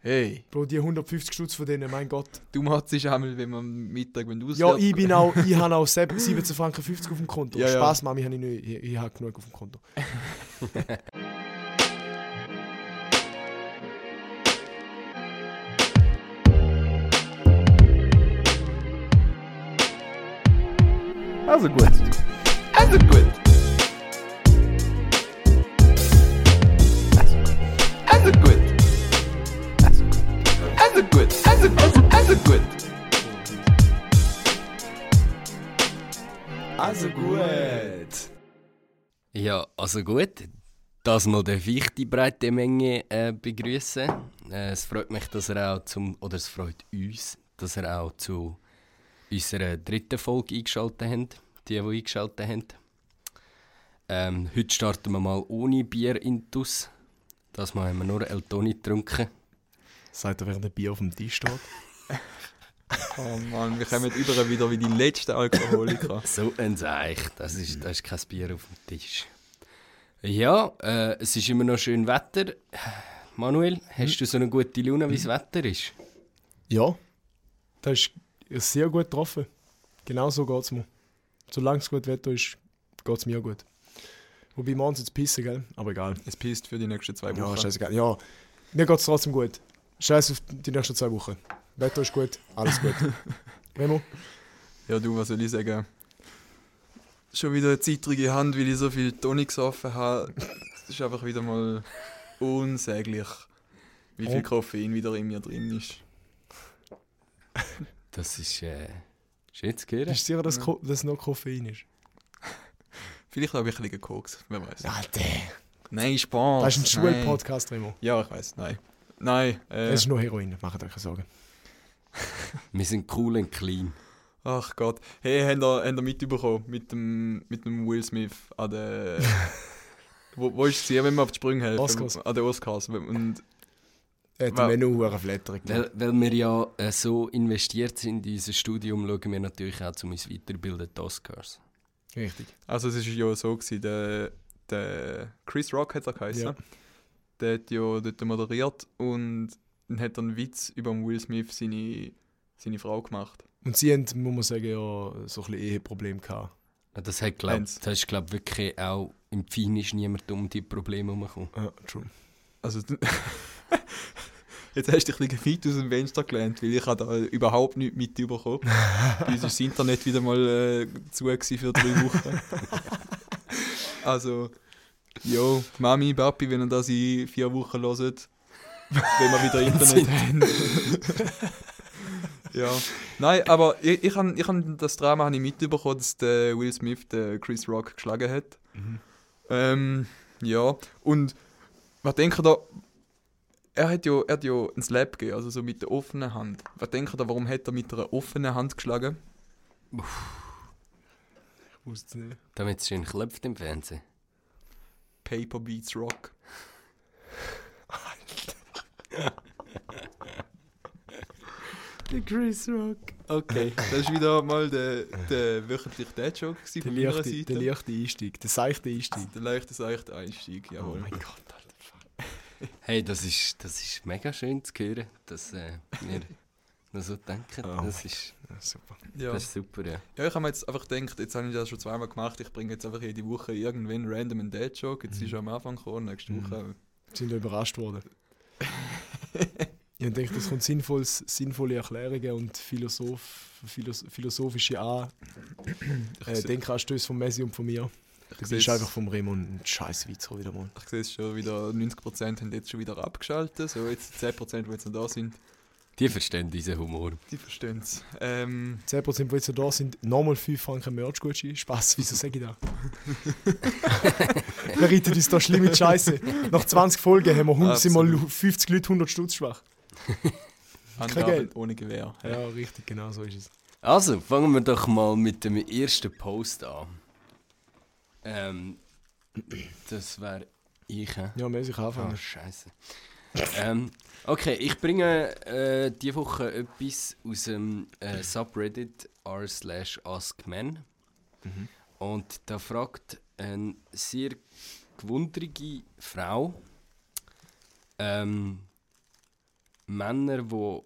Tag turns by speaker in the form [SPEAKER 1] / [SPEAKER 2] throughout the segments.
[SPEAKER 1] Hey,
[SPEAKER 2] Bro, die 150 Stutz von denen, mein Gott.
[SPEAKER 1] du machst es einmal, wenn wir am Mittag rausgehen.
[SPEAKER 2] Ja, ich bin auch, ich habe auch sieb- 17,50 Franken auf dem Konto.
[SPEAKER 1] Ja, ja.
[SPEAKER 2] Spaß, Mami, habe ich nicht. Ich, ich habe genug auf dem Konto.
[SPEAKER 3] Also gut.
[SPEAKER 1] Also gut. Also gut. Also gut. Also gut. Also gut. Also gut.
[SPEAKER 4] Ja, also gut, dass wir den Ficht die breite Menge äh, begrüßen. Äh, es freut mich, dass er auch zum, oder es freut uns, dass er auch zu unserer dritten Folge eingeschaltet habt, die, die eingeschaltet habt. Ähm, heute starten wir mal ohne Bier in Tuss. Das Mal haben wir nur Eltoni getrunken.
[SPEAKER 2] Sagt er, während ein Bier auf dem Tisch steht.
[SPEAKER 1] Oh Mann, wir kommen überall wieder wie die letzten Alkoholiker.
[SPEAKER 4] So ein Seich, das ist, das ist kein Bier auf dem Tisch. Ja, äh, es ist immer noch schön Wetter. Manuel, hast du so eine gute Laune, wie das Wetter ist?
[SPEAKER 2] Ja, das ist sehr gut getroffen. Genau so geht es mir. Solange es gut Wetter ist, geht es mir gut. Wobei wir uns jetzt pissen, gell? Aber egal.
[SPEAKER 1] Es pisst für die nächsten zwei
[SPEAKER 2] Ja,
[SPEAKER 1] Wochen.
[SPEAKER 2] scheißegal. Ja, mir geht es trotzdem gut. Scheiß auf die nächsten zwei Wochen. Wetter ist gut, alles gut. Remo?
[SPEAKER 1] Ja, du, was soll ich sagen? Schon wieder eine zittrige Hand, weil ich so viel Tonic gesoffen habe. Es ist einfach wieder mal unsäglich, wie viel
[SPEAKER 2] Oh.
[SPEAKER 1] Koffein wieder in mir drin ist.
[SPEAKER 4] Das ist äh, schön zu hören.
[SPEAKER 2] Bist du sicher, dass, Ko dass noch Koffein ist?
[SPEAKER 1] Vielleicht habe ich ein bisschen Koks, wer weiß.
[SPEAKER 2] Alter.
[SPEAKER 1] Nein, Spaß.
[SPEAKER 2] Das ist ein
[SPEAKER 1] nein.
[SPEAKER 2] Schulpodcast, Remo.
[SPEAKER 1] Ja, ich weiß, nein. Nein, äh,
[SPEAKER 2] Es ist nur Heroin, macht euch keine Sorgen.
[SPEAKER 4] Wir sind cool und clean.
[SPEAKER 1] ach Gott. Hey, habt ihr, habt ihr mitbekommen mit dem, mit dem Will Smith an der... wo, wo ist sie, wenn man auf die Sprünge hält?
[SPEAKER 2] Oscars.
[SPEAKER 1] An den Oscars. Und
[SPEAKER 2] Er hat
[SPEAKER 1] Wow.
[SPEAKER 2] mir nur eine Flatterung
[SPEAKER 4] Weil, weil wir ja äh, so investiert sind in unser Studium, schauen wir natürlich auch, um uns weiterbilden, die Oscars.
[SPEAKER 2] Richtig.
[SPEAKER 1] Also es ist ja so gewesen, der, der Chris Rock hat er geheißen.
[SPEAKER 2] Ja.
[SPEAKER 1] Der hat ja dort moderiert und dann hat er einen Witz über den Will Smith seine, seine Frau gemacht.
[SPEAKER 2] Und sie haben, muss man sagen, ja, so ein bisschen Eheproblem gehabt.
[SPEAKER 4] Ja, Das, hat, glaub,
[SPEAKER 1] Eins.
[SPEAKER 4] das ist, glaube wirklich auch im Fein ist niemand um die Probleme herumgekommen.
[SPEAKER 2] Ja, true.
[SPEAKER 1] Also d- jetzt hast du dich ein bisschen weit aus dem Fenster gelernt, weil ich habe da überhaupt nichts mitbekommen. Bei uns war das Internet wieder mal äh, zu gewesen für drei Wochen. also, jo, Mami, Papi, wenn ihr das in vier Wochen hört, wenn wir wieder Internet haben. ja. Nein, aber ich, ich habe ich han das Drama habe ich mitbekommen, dass der Will Smith den Chris Rock geschlagen hat. Ähm, ja, und was denkt ihr da? Er hat ja, er hat ja einen Slap gegeben, also so mit der offenen Hand. Was denkt ihr da, warum hat er mit einer offenen Hand geschlagen?
[SPEAKER 2] Wusste es nicht.
[SPEAKER 4] Damit es schön klopft im Fernsehen.
[SPEAKER 1] Paper Beats Rock.
[SPEAKER 2] Der Chris Rock.
[SPEAKER 1] Okay. Das ist wieder mal der, der wöchentliche Dad-Joke gewesen
[SPEAKER 2] Der
[SPEAKER 1] von meiner
[SPEAKER 2] leichte,
[SPEAKER 1] Seite.
[SPEAKER 2] der leichte Einstieg, der seichte Einstieg.
[SPEAKER 1] der leichte seichte Einstieg,
[SPEAKER 2] Oh
[SPEAKER 1] jawohl.
[SPEAKER 2] Gott, Alter.
[SPEAKER 4] Hey, das ist, das ist mega schön zu hören, dass äh, wir noch so denken.
[SPEAKER 2] Oh
[SPEAKER 4] das, ist,
[SPEAKER 2] Ja, super.
[SPEAKER 1] ja.
[SPEAKER 4] das ist super, ja.
[SPEAKER 1] ja, ich habe mir jetzt einfach gedacht, jetzt habe ich das schon zweimal gemacht, ich bringe jetzt einfach jede Woche irgendwann random einen Dad-Joke. Jetzt ist er am Anfang gekommen, nächste
[SPEAKER 2] Mhm.
[SPEAKER 1] Woche.
[SPEAKER 2] Sind wir überrascht worden. ich denke, das kommt sinnvolles, sinnvolle Erklärungen und Philosoph, Philos, philosophische An.
[SPEAKER 1] Ich,
[SPEAKER 2] Äh,
[SPEAKER 1] se-
[SPEAKER 2] Denkanstöße von Messi und von mir.
[SPEAKER 1] ich,
[SPEAKER 2] Das
[SPEAKER 1] sehe
[SPEAKER 2] ist einfach
[SPEAKER 1] es-
[SPEAKER 2] vom Raymond ein scheiß Witz gekommen wieder mal.
[SPEAKER 1] ich sehe es schon wieder, 90% haben jetzt schon wieder abgeschaltet. So, jetzt 10%, die jetzt noch da sind,
[SPEAKER 4] Die verstehen diesen Humor.
[SPEAKER 1] die verstehen es. Ähm,
[SPEAKER 2] 10% die jetzt noch da sind, nochmal 5 Franken Merch-Gucci. Spass, wieso sage ich das? Wir reiten uns da schlimm mit Scheiße. Nach 20 Folgen haben wir 100, sind wir
[SPEAKER 1] Absolut.
[SPEAKER 2] 50 Leute 100 Stutz schwach.
[SPEAKER 1] Angaben
[SPEAKER 2] Geld.
[SPEAKER 1] ohne Gewehr. Ja.
[SPEAKER 2] Ja, richtig, genau so ist es.
[SPEAKER 4] Also, fangen wir doch mal mit dem ersten Post an. Ähm, das wäre ich. hä?
[SPEAKER 2] Ja, muss ich
[SPEAKER 4] Ah,
[SPEAKER 2] anfangen.
[SPEAKER 4] scheiße. ähm, okay, ich bringe äh, diese Woche etwas aus dem äh, Subreddit r slash askmen.
[SPEAKER 1] Mhm.
[SPEAKER 4] Und da fragt eine sehr gewundrige Frau, ähm, Männer, die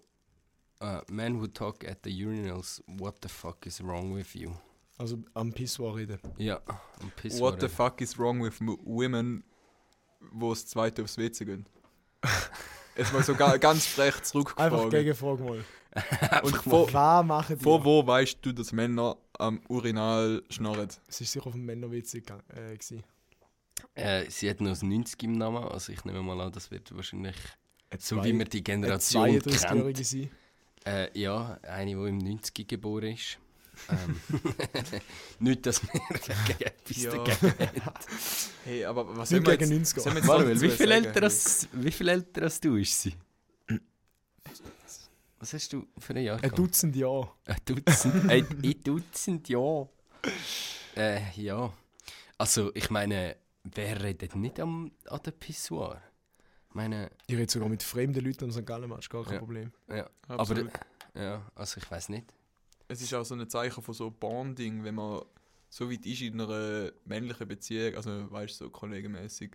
[SPEAKER 4] äh, Men who talk at the urinals, what the fuck is wrong with you?
[SPEAKER 2] Also am Pissoir reden.
[SPEAKER 4] Ja, am Piss.
[SPEAKER 1] What the fuck is wrong with m- women, wo das zweite aufs WC gehen? Jetzt mal so ga, ganz frech
[SPEAKER 2] Einfach
[SPEAKER 1] zurückgefragt.
[SPEAKER 2] Gegenfrage mal.
[SPEAKER 1] Und vor,
[SPEAKER 2] Was machen die?
[SPEAKER 1] vor wo weißt du, dass Männer am Urinal schnarren?
[SPEAKER 2] Es ist sicher auf dem Männerwitz gegangen. Äh, gewesen.
[SPEAKER 4] Äh, sie hat noch das 90 im Namen, also ich nehme mal an, das wird wahrscheinlich,
[SPEAKER 2] Eine
[SPEAKER 4] so
[SPEAKER 2] zwei- äh,
[SPEAKER 4] wie man die
[SPEAKER 2] eine
[SPEAKER 4] Generation
[SPEAKER 2] 32-Jährige
[SPEAKER 4] kennt.
[SPEAKER 2] sein.
[SPEAKER 4] Äh, ja, eine, die im 90 geboren ist. Ähm, nicht, dass wir gegen etwas
[SPEAKER 1] Ja.
[SPEAKER 4] dagegen haben.
[SPEAKER 1] Hey, aber was
[SPEAKER 2] Nicht
[SPEAKER 1] haben wir
[SPEAKER 2] gegen
[SPEAKER 1] jetzt,
[SPEAKER 2] 90
[SPEAKER 1] was haben wir jetzt
[SPEAKER 2] Jahre.
[SPEAKER 4] Manuel,
[SPEAKER 1] dazu
[SPEAKER 4] wie viel,
[SPEAKER 1] sagen?
[SPEAKER 4] älter als, wie viel älter als du ist sie? Was hast du für ein Jahr
[SPEAKER 2] Ein Dutzend Jahre.
[SPEAKER 4] Ein Dutzend, ein, ein Dutzend, ja. Äh, ja. Also, ich meine, wer redet nicht am, an der Pissoir? Ich meine,
[SPEAKER 2] Ich rede sogar mit fremden Leuten am St. Gallen-Match, gar kein
[SPEAKER 4] Ja.
[SPEAKER 2] Problem.
[SPEAKER 4] ja.
[SPEAKER 1] Absolut.
[SPEAKER 4] Aber, ja, also ich weiß nicht.
[SPEAKER 1] Es ist auch so ein Zeichen von so Bonding, wenn man so weit ist in einer männlichen Beziehung, also weißt du, so kollegenmäßig.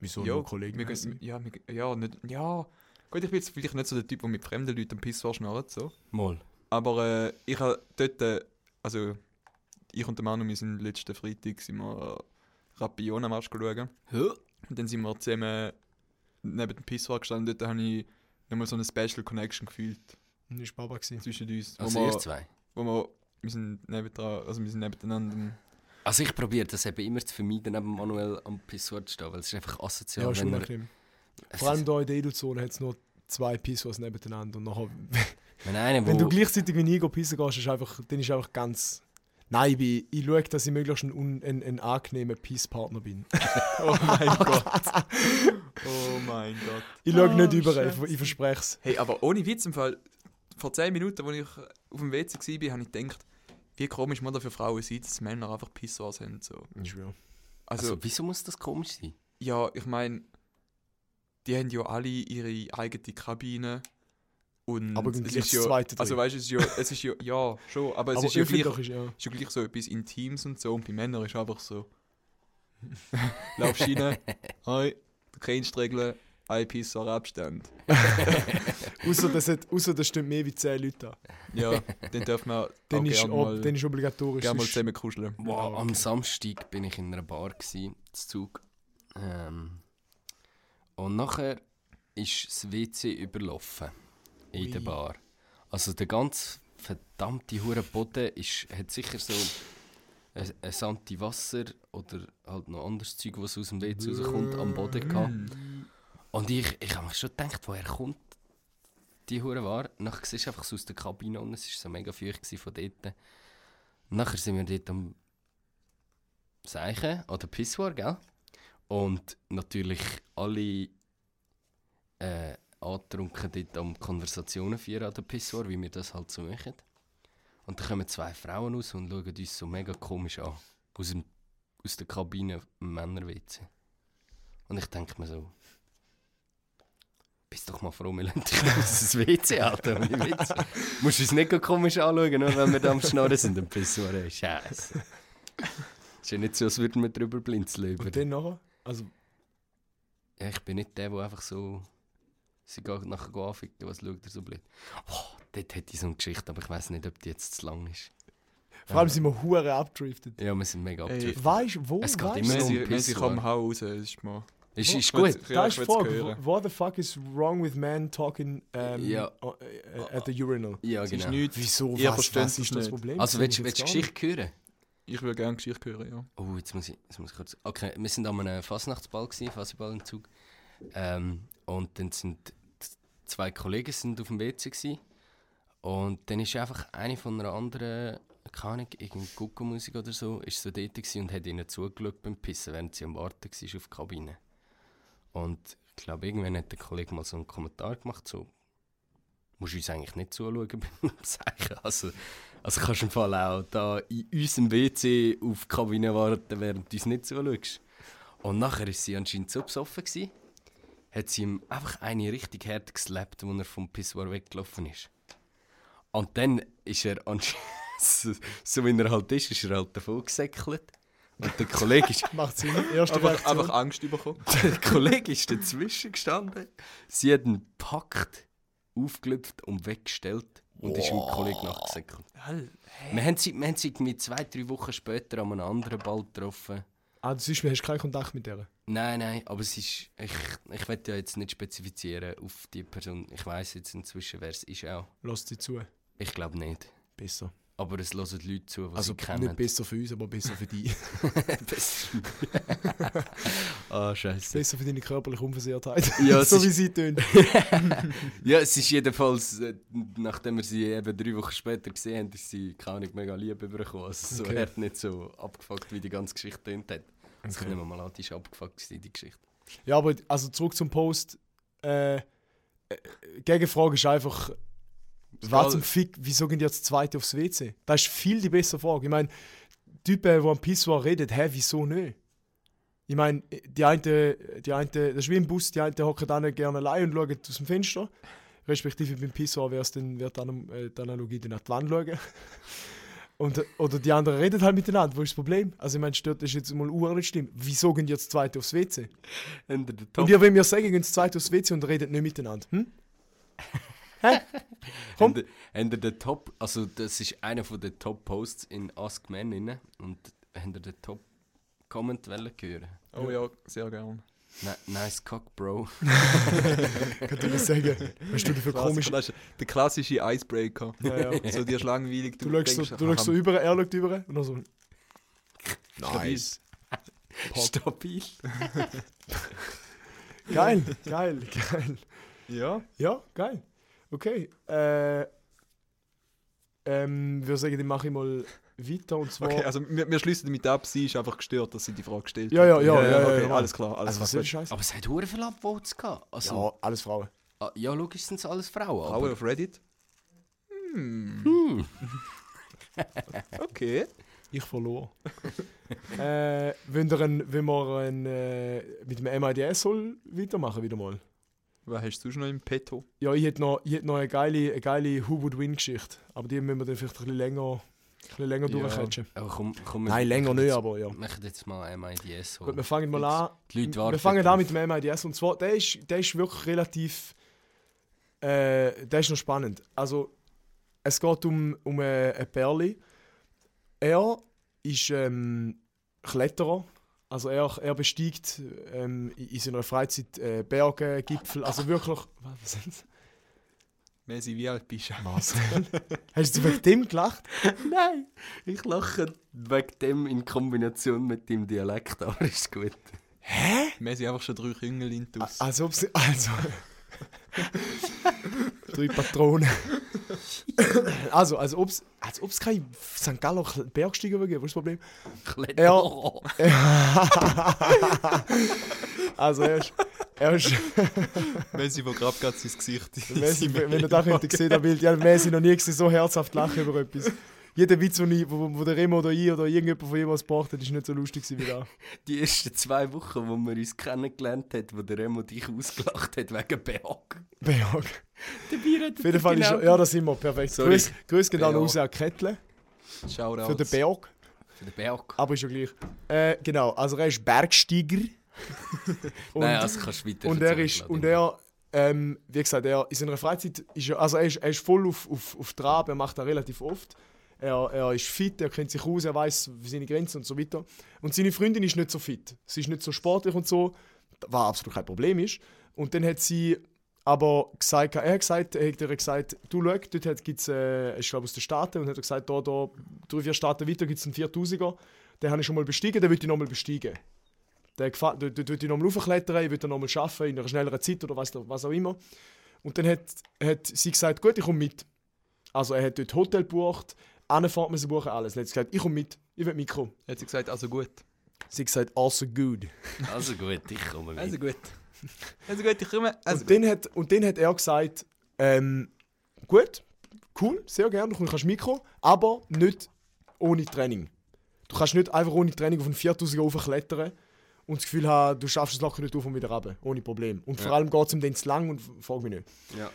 [SPEAKER 2] Wieso
[SPEAKER 1] ja,
[SPEAKER 2] nur Kollegen?
[SPEAKER 1] wir
[SPEAKER 2] weiss
[SPEAKER 1] gehen-
[SPEAKER 2] ich.
[SPEAKER 1] ja, wir gehen- ja, nicht, ja. Gut, ich bin jetzt vielleicht nicht so der Typ, der mit fremden Leuten am Pissoir schnarrt, so.
[SPEAKER 4] Mal.
[SPEAKER 1] Aber äh, ich habe dort, äh, also ich und der Manu, wir sind letzten Freitag sind wir äh, Rapiona-Match schauen. Und dann sind wir zusammen neben dem Pissoir gestanden und dort habe ich nochmal so eine Special Connection gefühlt
[SPEAKER 2] Das war Baba. gewesen.
[SPEAKER 1] zwischen uns. Wo
[SPEAKER 4] Also ihr
[SPEAKER 1] wir,
[SPEAKER 4] zwei.
[SPEAKER 1] wo wir, wir sind nebendran, also wir sind nebeneinander.
[SPEAKER 4] Also ich probiere das eben immer zu vermeiden, neben Manuel am Pissoir zu stehen, weil es ist einfach asozial,
[SPEAKER 2] Ja, ist
[SPEAKER 4] wenn man...
[SPEAKER 2] unangenehm.
[SPEAKER 4] Es
[SPEAKER 2] Vor allem
[SPEAKER 4] ist,
[SPEAKER 2] hier in der Edu-Zone hat es nur zwei Pissoirs nebeneinander. Und nachher,
[SPEAKER 4] wenn einer,
[SPEAKER 2] wenn du
[SPEAKER 4] wo...
[SPEAKER 2] gleichzeitig wie Nigo pissen gehst, ist einfach, dann ist einfach ganz... Nein, ich, bin, ich schaue, dass ich möglichst ein, un, ein, ein angenehmer Peace-Partner bin.
[SPEAKER 1] Oh mein Gott. Oh mein Oh, Gott.
[SPEAKER 2] Ich schaue nicht über, ich, ich verspreche es.
[SPEAKER 1] Hey, aber ohne Witz im Fall, vor 10 Minuten, als ich auf dem WC war, habe ich gedacht, wie komisch man da für Frauen sieht, dass Männer einfach Pissoirs haben. So.
[SPEAKER 4] Also,
[SPEAKER 1] Also,
[SPEAKER 4] wieso muss das komisch sein?
[SPEAKER 1] ja, ich meine, die haben ja alle ihre eigene Kabine. Und
[SPEAKER 2] Aber
[SPEAKER 1] es
[SPEAKER 2] gleich
[SPEAKER 1] ist
[SPEAKER 2] das
[SPEAKER 1] ja,
[SPEAKER 2] zweite
[SPEAKER 1] Also,
[SPEAKER 2] drin.
[SPEAKER 1] weißt du, es ist ja, es ist ja, ja, schon, aber es
[SPEAKER 2] Aber
[SPEAKER 1] ist, ja
[SPEAKER 2] öffentlich
[SPEAKER 1] gleich,
[SPEAKER 2] ist ja...
[SPEAKER 1] ist ja gleich so etwas Intimes und so. Und bei Männern ist einfach so: Laufst rein, hi, du kennst die Regeln, ein Pissoir Abstand.
[SPEAKER 2] Außer das, hat, ausser das stimmt mehr wie 10 Leute an.
[SPEAKER 1] Ja, dann dürfen wir
[SPEAKER 2] Dann,
[SPEAKER 1] auch
[SPEAKER 2] ist,
[SPEAKER 1] gerne
[SPEAKER 2] ob,
[SPEAKER 1] mal,
[SPEAKER 2] dann ist obligatorisch.
[SPEAKER 1] gern mal
[SPEAKER 2] sonst-
[SPEAKER 1] zusammen kuscheln.
[SPEAKER 4] Wow,
[SPEAKER 2] Ja,
[SPEAKER 4] am
[SPEAKER 2] okay.
[SPEAKER 4] Samstag bin ich in einer Bar gsi, zu Zug. Ähm, und nachher ist das WC überlaufen in der
[SPEAKER 2] Ui.
[SPEAKER 4] Bar. Also der ganze verdammte Hurenboden ist, hat sicher so ein, ein Santi Wasser oder halt noch anderes Zeug, was aus dem WC rauskommt, am
[SPEAKER 2] Hm.
[SPEAKER 4] Boden gehabt.
[SPEAKER 2] Mhm.
[SPEAKER 4] Und ich, ich habe mich schon gedacht, woher kommt die Hure war. Nachher siehst du einfach so aus der Kabine und es war so mega feucht gewesen von dort. Nachher sind wir dort am Seichen, an der Pissoir, gell? Und natürlich alle äh, angetrunken dort am Konversationen führen an der Pissoir, wie wir das halt so machen. Und dann kommen zwei Frauen raus und schauen uns so mega komisch an. Aus, dem, aus der Kabine im Männerwitze. Und ich denke mir so, bist doch mal froh, wir lassen dich nicht aus das WC, Alter. ohne Witz. Musst du uns nicht komisch anschauen, nur wenn wir da am Schnarren sind. Ein bisschen so Scheiße. Ist ja nicht so, als würden wir drüber blinzeln. Über.
[SPEAKER 2] Und dann nachher? Also,
[SPEAKER 4] Ja, ich bin nicht der, der einfach so. Sie geht nachher go anficken, was schaut er so blöd. Oh, dort hätte ich so eine Geschichte, aber ich weiß nicht, ob die jetzt zu lang ist.
[SPEAKER 2] vor allem sind wir hure abgedriftet.
[SPEAKER 4] Ja, wir sind mega
[SPEAKER 1] Ey,
[SPEAKER 4] abgeschrieben.
[SPEAKER 2] Weißt du, wo?
[SPEAKER 4] Es geht
[SPEAKER 2] weißt,
[SPEAKER 4] immer
[SPEAKER 1] Wir
[SPEAKER 4] so um
[SPEAKER 1] sind- wir sind
[SPEAKER 4] Pissoir.
[SPEAKER 1] am Haus raus, es ist mal...
[SPEAKER 4] Ist,
[SPEAKER 2] wo-
[SPEAKER 1] Ich
[SPEAKER 4] ist
[SPEAKER 1] will-
[SPEAKER 4] gut.
[SPEAKER 1] ich will-
[SPEAKER 2] Da
[SPEAKER 1] ich
[SPEAKER 2] ist die
[SPEAKER 1] will's
[SPEAKER 2] Frage,
[SPEAKER 1] hören.
[SPEAKER 2] what the fuck is wrong with men talking ähm,
[SPEAKER 4] Ja.
[SPEAKER 2] äh, äh, at the urinal?
[SPEAKER 4] Ja,
[SPEAKER 1] Es ist
[SPEAKER 4] genau.
[SPEAKER 1] nichts.
[SPEAKER 2] Wieso?
[SPEAKER 1] Ihr
[SPEAKER 2] was,
[SPEAKER 1] versteht
[SPEAKER 2] was
[SPEAKER 1] es
[SPEAKER 2] ist das
[SPEAKER 1] nicht.
[SPEAKER 2] Problem?
[SPEAKER 4] Also, willst
[SPEAKER 2] Verstehe
[SPEAKER 4] du
[SPEAKER 2] ich jetzt
[SPEAKER 4] willst
[SPEAKER 2] gar nicht.
[SPEAKER 4] du Geschichte hören?
[SPEAKER 1] Ich will gerne Geschichte hören, ja.
[SPEAKER 4] Oh, jetzt muss ich, jetzt muss ich kurz. Okay, wir sind an einem Fasnachtsball gewesen, Fassiballentzug. Ähm, und dann sind z- zwei Kollegen sind auf dem WC gewesen. Und dann ist einfach eine von einer anderen, keine Ahnung, irgendeine Gucko-Musik oder so, ist so dort gewesen und hat ihnen zugeschaut beim Pissen, während sie am Warten war auf die Kabine. Und ich glaube, irgendwann hat der Kollege mal so einen Kommentar gemacht, so, musst du uns eigentlich nicht zuschauen beim Zeichen. Also, also kannst du im Fall auch da in unserem WC auf die Kabine warten, während du uns nicht zuschaust. Und nachher war sie anscheinend so besoffen, gewesen, hat sie ihm einfach eine richtig hart geslappt, als er vom Pissoir weggelaufen ist. Und dann ist er anscheinend, so wie er halt ist, ist er halt davon gesäckelt. Und der Kollege ist,
[SPEAKER 2] Macht Sinn. Erste
[SPEAKER 1] Einfach,
[SPEAKER 2] Reaktion.
[SPEAKER 1] einfach Angst bekommen.
[SPEAKER 4] der Kollege ist dazwischen gestanden. Sie hat ihn gepackt aufgelüpft und weggestellt und ist meinem Kollegen nachgesäckelt. Wir haben, sie, wir haben sie irgendwie zwei, drei Wochen später an einem anderen Ball getroffen.
[SPEAKER 2] Ah, du hast keinen Kontakt mit der.
[SPEAKER 4] Nein, nein, aber es ist. Ich, ich will ja jetzt nicht spezifizieren auf die Person. Ich weiß jetzt inzwischen, wer es ist auch.
[SPEAKER 2] Lass sie zu.
[SPEAKER 4] Ich glaube nicht.
[SPEAKER 2] Besser.
[SPEAKER 4] Aber es hören Leute zu, die
[SPEAKER 2] also
[SPEAKER 4] sie kennen.
[SPEAKER 2] nicht besser für uns, aber besser für dich.
[SPEAKER 4] besser. Ah, scheiße.
[SPEAKER 2] besser für deine körperliche Unversehrtheit.
[SPEAKER 4] Ja, es
[SPEAKER 2] so
[SPEAKER 4] ist-
[SPEAKER 2] wie sie tun.
[SPEAKER 4] Ja, es ist jedenfalls, äh, nachdem wir sie eben drei Wochen später gesehen haben, ist sie keine Ahnung, mega lieb bekommen. Also so
[SPEAKER 2] Okay.
[SPEAKER 4] hart nicht so abgefuckt, wie die ganze Geschichte tönt hat. Das
[SPEAKER 2] Okay.
[SPEAKER 4] können wir mal an, die ist abgefuckt, gewesen, die Geschichte.
[SPEAKER 2] Ja, aber also zurück zum Post. Äh, äh, Gegenfrage ist einfach, was zum Fick, wieso gehen die als Zweite aufs WC? Das ist viel die bessere Frage. Ich meine, Typen, die am Pissoir reden, hä, wieso nicht? Ich meine, die eine, die eine, das ist wie im Bus, die eine hocken dann gerne allein und schauen aus dem Fenster. Respektive beim Pissoir wär's dann, wird dann, äh, die Analogie dann an die Wand schauen. Und, oder die anderen reden halt miteinander, wo ist das Problem? Also ich meine, stört das jetzt mal urlich schlimm. Wieso gehen die als Zweite aufs WC?
[SPEAKER 4] Hinter der
[SPEAKER 2] Und ihr wollt mir sagen, geht zweit aufs WC und redet nicht miteinander. Hm? komm.
[SPEAKER 4] Habt ihr- habt ihr den Top, also das ist einer von den Top-Posts in Ask Men inne und habt ihr den Top-Comment wollen hören?
[SPEAKER 1] Oh ja, sehr gern.
[SPEAKER 4] Ni- Ne, Nice cock, bro.
[SPEAKER 2] Könnt ihr mir sagen, was du dafür komisch
[SPEAKER 1] Das ist der klassische Icebreaker.
[SPEAKER 2] ja, ja.
[SPEAKER 1] So dir schlangweilig.
[SPEAKER 2] Du schaust so,
[SPEAKER 1] denkst,
[SPEAKER 2] du schaust so
[SPEAKER 1] aha,
[SPEAKER 2] über, er schaut über und dann so.
[SPEAKER 1] nice.
[SPEAKER 4] Stabil.
[SPEAKER 2] Geil, geil, geil.
[SPEAKER 1] Ja.
[SPEAKER 2] Ja, geil. Okay. Äh, ähm, würde sagen, dann mache ich mal weiter und zwar.
[SPEAKER 1] Okay, also wir, wir schließen damit ab, sie ist einfach gestört, dass sie die Frage gestellt
[SPEAKER 2] Ja, ja, ja, ja, ja,
[SPEAKER 1] okay,
[SPEAKER 2] ja.
[SPEAKER 1] alles klar. Alles
[SPEAKER 2] also,
[SPEAKER 1] klar.
[SPEAKER 2] was soll die Scheiße?
[SPEAKER 4] Aber es hat hure viel Upvotes gehabt. Also,
[SPEAKER 2] Ja, alles Frauen.
[SPEAKER 4] ah, ja, logisch sind es alles Frauen.
[SPEAKER 1] Frauen
[SPEAKER 4] Aber
[SPEAKER 1] auf Reddit?
[SPEAKER 2] Hm.
[SPEAKER 1] Hm. okay.
[SPEAKER 2] Ich verlor. äh, wenn, ihr ein, wenn wir ein, äh, mit dem MIDS soll weitermachen, wieder mal.
[SPEAKER 1] Was hast du sonst noch im Petto?
[SPEAKER 2] Ja, ich hätte noch, ich hätte noch eine geile, eine geile Who Would Win Geschichte. Aber die müssen wir dann vielleicht ein bisschen länger, ein bisschen länger
[SPEAKER 1] Ja.
[SPEAKER 2] durchquetschen.
[SPEAKER 4] aber komm, komm, wir-
[SPEAKER 2] Nein, länger
[SPEAKER 4] wir-
[SPEAKER 2] nicht, aber ja.
[SPEAKER 4] Wir machen jetzt mal MIDS
[SPEAKER 2] Gut, wir
[SPEAKER 4] holen.
[SPEAKER 2] fangen mal an.
[SPEAKER 4] Die Leute warten.
[SPEAKER 2] Wir fangen an
[SPEAKER 4] drauf.
[SPEAKER 2] mit dem MIDS. Und zwar, der ist, der ist wirklich relativ. Äh, der ist noch spannend. Also, es geht um, um äh, ein Perli. Er ist ähm, Kletterer. Also, er, er besteigt ähm, in in seiner Freizeit äh, Berge, Gipfel. Also wirklich. Was sind das?
[SPEAKER 1] Messi, wie alt bist du?
[SPEAKER 2] Marcel. Hast du wegen dem gelacht?
[SPEAKER 4] Nein, ich lache wegen dem in Kombination mit dem Dialekt, aber ist gut.
[SPEAKER 1] Messi, einfach schon drei Küngel in die Aus.
[SPEAKER 2] Als ob sie. Also. Drei Patronen. also, als ob es als ob's kein St. Gallo Bergsteiger geben wo ist das Problem?
[SPEAKER 4] Kletterer.
[SPEAKER 2] Also, er ist. Er ist
[SPEAKER 1] Messi, wo gerade gerade sein Gesicht
[SPEAKER 2] Messi, wenn ihr da könnt, sehen, das Bild. Ja, Messi noch nie gesehen, so herzhaft lachen über etwas. Jeder Witz, den ich, wo, wo der Remo oder ich oder irgendjemand von jemals gebracht hat, ist nicht so lustig gewesen wie da.
[SPEAKER 4] Die ersten zwei Wochen, wo wir uns kennengelernt haben, wo der Remo dich ausgelacht hat wegen Behagen.
[SPEAKER 2] Berg.
[SPEAKER 4] Der Genau. Bier hat
[SPEAKER 2] Auf jeden Fall ist er, ja, das sind wir, perfekt.
[SPEAKER 4] Sorry.
[SPEAKER 2] Grüß, Grüß geht dann
[SPEAKER 4] Berg.
[SPEAKER 2] raus an Kettle
[SPEAKER 1] Schau
[SPEAKER 2] für den Berg.
[SPEAKER 4] Für den Berg.
[SPEAKER 2] Aber ist ja gleich. Äh, genau, also er ist Bergsteiger. und,
[SPEAKER 4] Nein, also kannst du weiter
[SPEAKER 2] und er
[SPEAKER 4] erzählen,
[SPEAKER 2] ist, und
[SPEAKER 4] Vladimir.
[SPEAKER 2] er, ähm, wie gesagt, er in seiner Freizeit ist er, also er ist, er ist voll auf, auf, auf Trab, er macht das relativ oft. Er, er ist fit, er kennt sich aus, er weiß seine Grenzen und so weiter. Und seine Freundin ist nicht so fit. Sie ist nicht so sportlich und so, was absolut kein Problem ist. Und dann hat sie aber gesagt, er hat gesagt, er hat ihr gesagt, du schau, dort gibt es, äh, ich glaube aus den Staaten, und hat er gesagt, da, da, drei, vier Staaten weiter gibt es einen 4000er, den habe ich schon mal bestiegen, den will ich nochmal bestiegen. Der gefällt, dort, dort will ich nochmal raufklettern, ich will dann nochmal arbeiten, in einer schnelleren Zeit oder was, was auch immer. Und dann hat, hat sie gesagt, gut, ich komme mit. Also er hat dort Hotel gebucht, Anfahrt müssen buchen, alles. Dann hat sie gesagt, ich komme mit, ich will mitkommen.
[SPEAKER 1] Hat sie gesagt, also gut.
[SPEAKER 2] Sie hat gesagt, also gut.
[SPEAKER 4] Also gut, ich komme mit.
[SPEAKER 1] Also gut. Also gut, ich komme. Also
[SPEAKER 2] und, dann hat, und dann hat er gesagt, ähm, gut, cool, sehr gerne, du kannst Mikro, aber nicht ohne Training. Du kannst nicht einfach ohne Training auf einen 4000 hochklettern und das Gefühl haben, du schaffst es locker nicht auf und wieder runter, ohne Problem. Und vor allem geht es ihm dann zu lang und f- frag mich nicht.
[SPEAKER 4] Ja.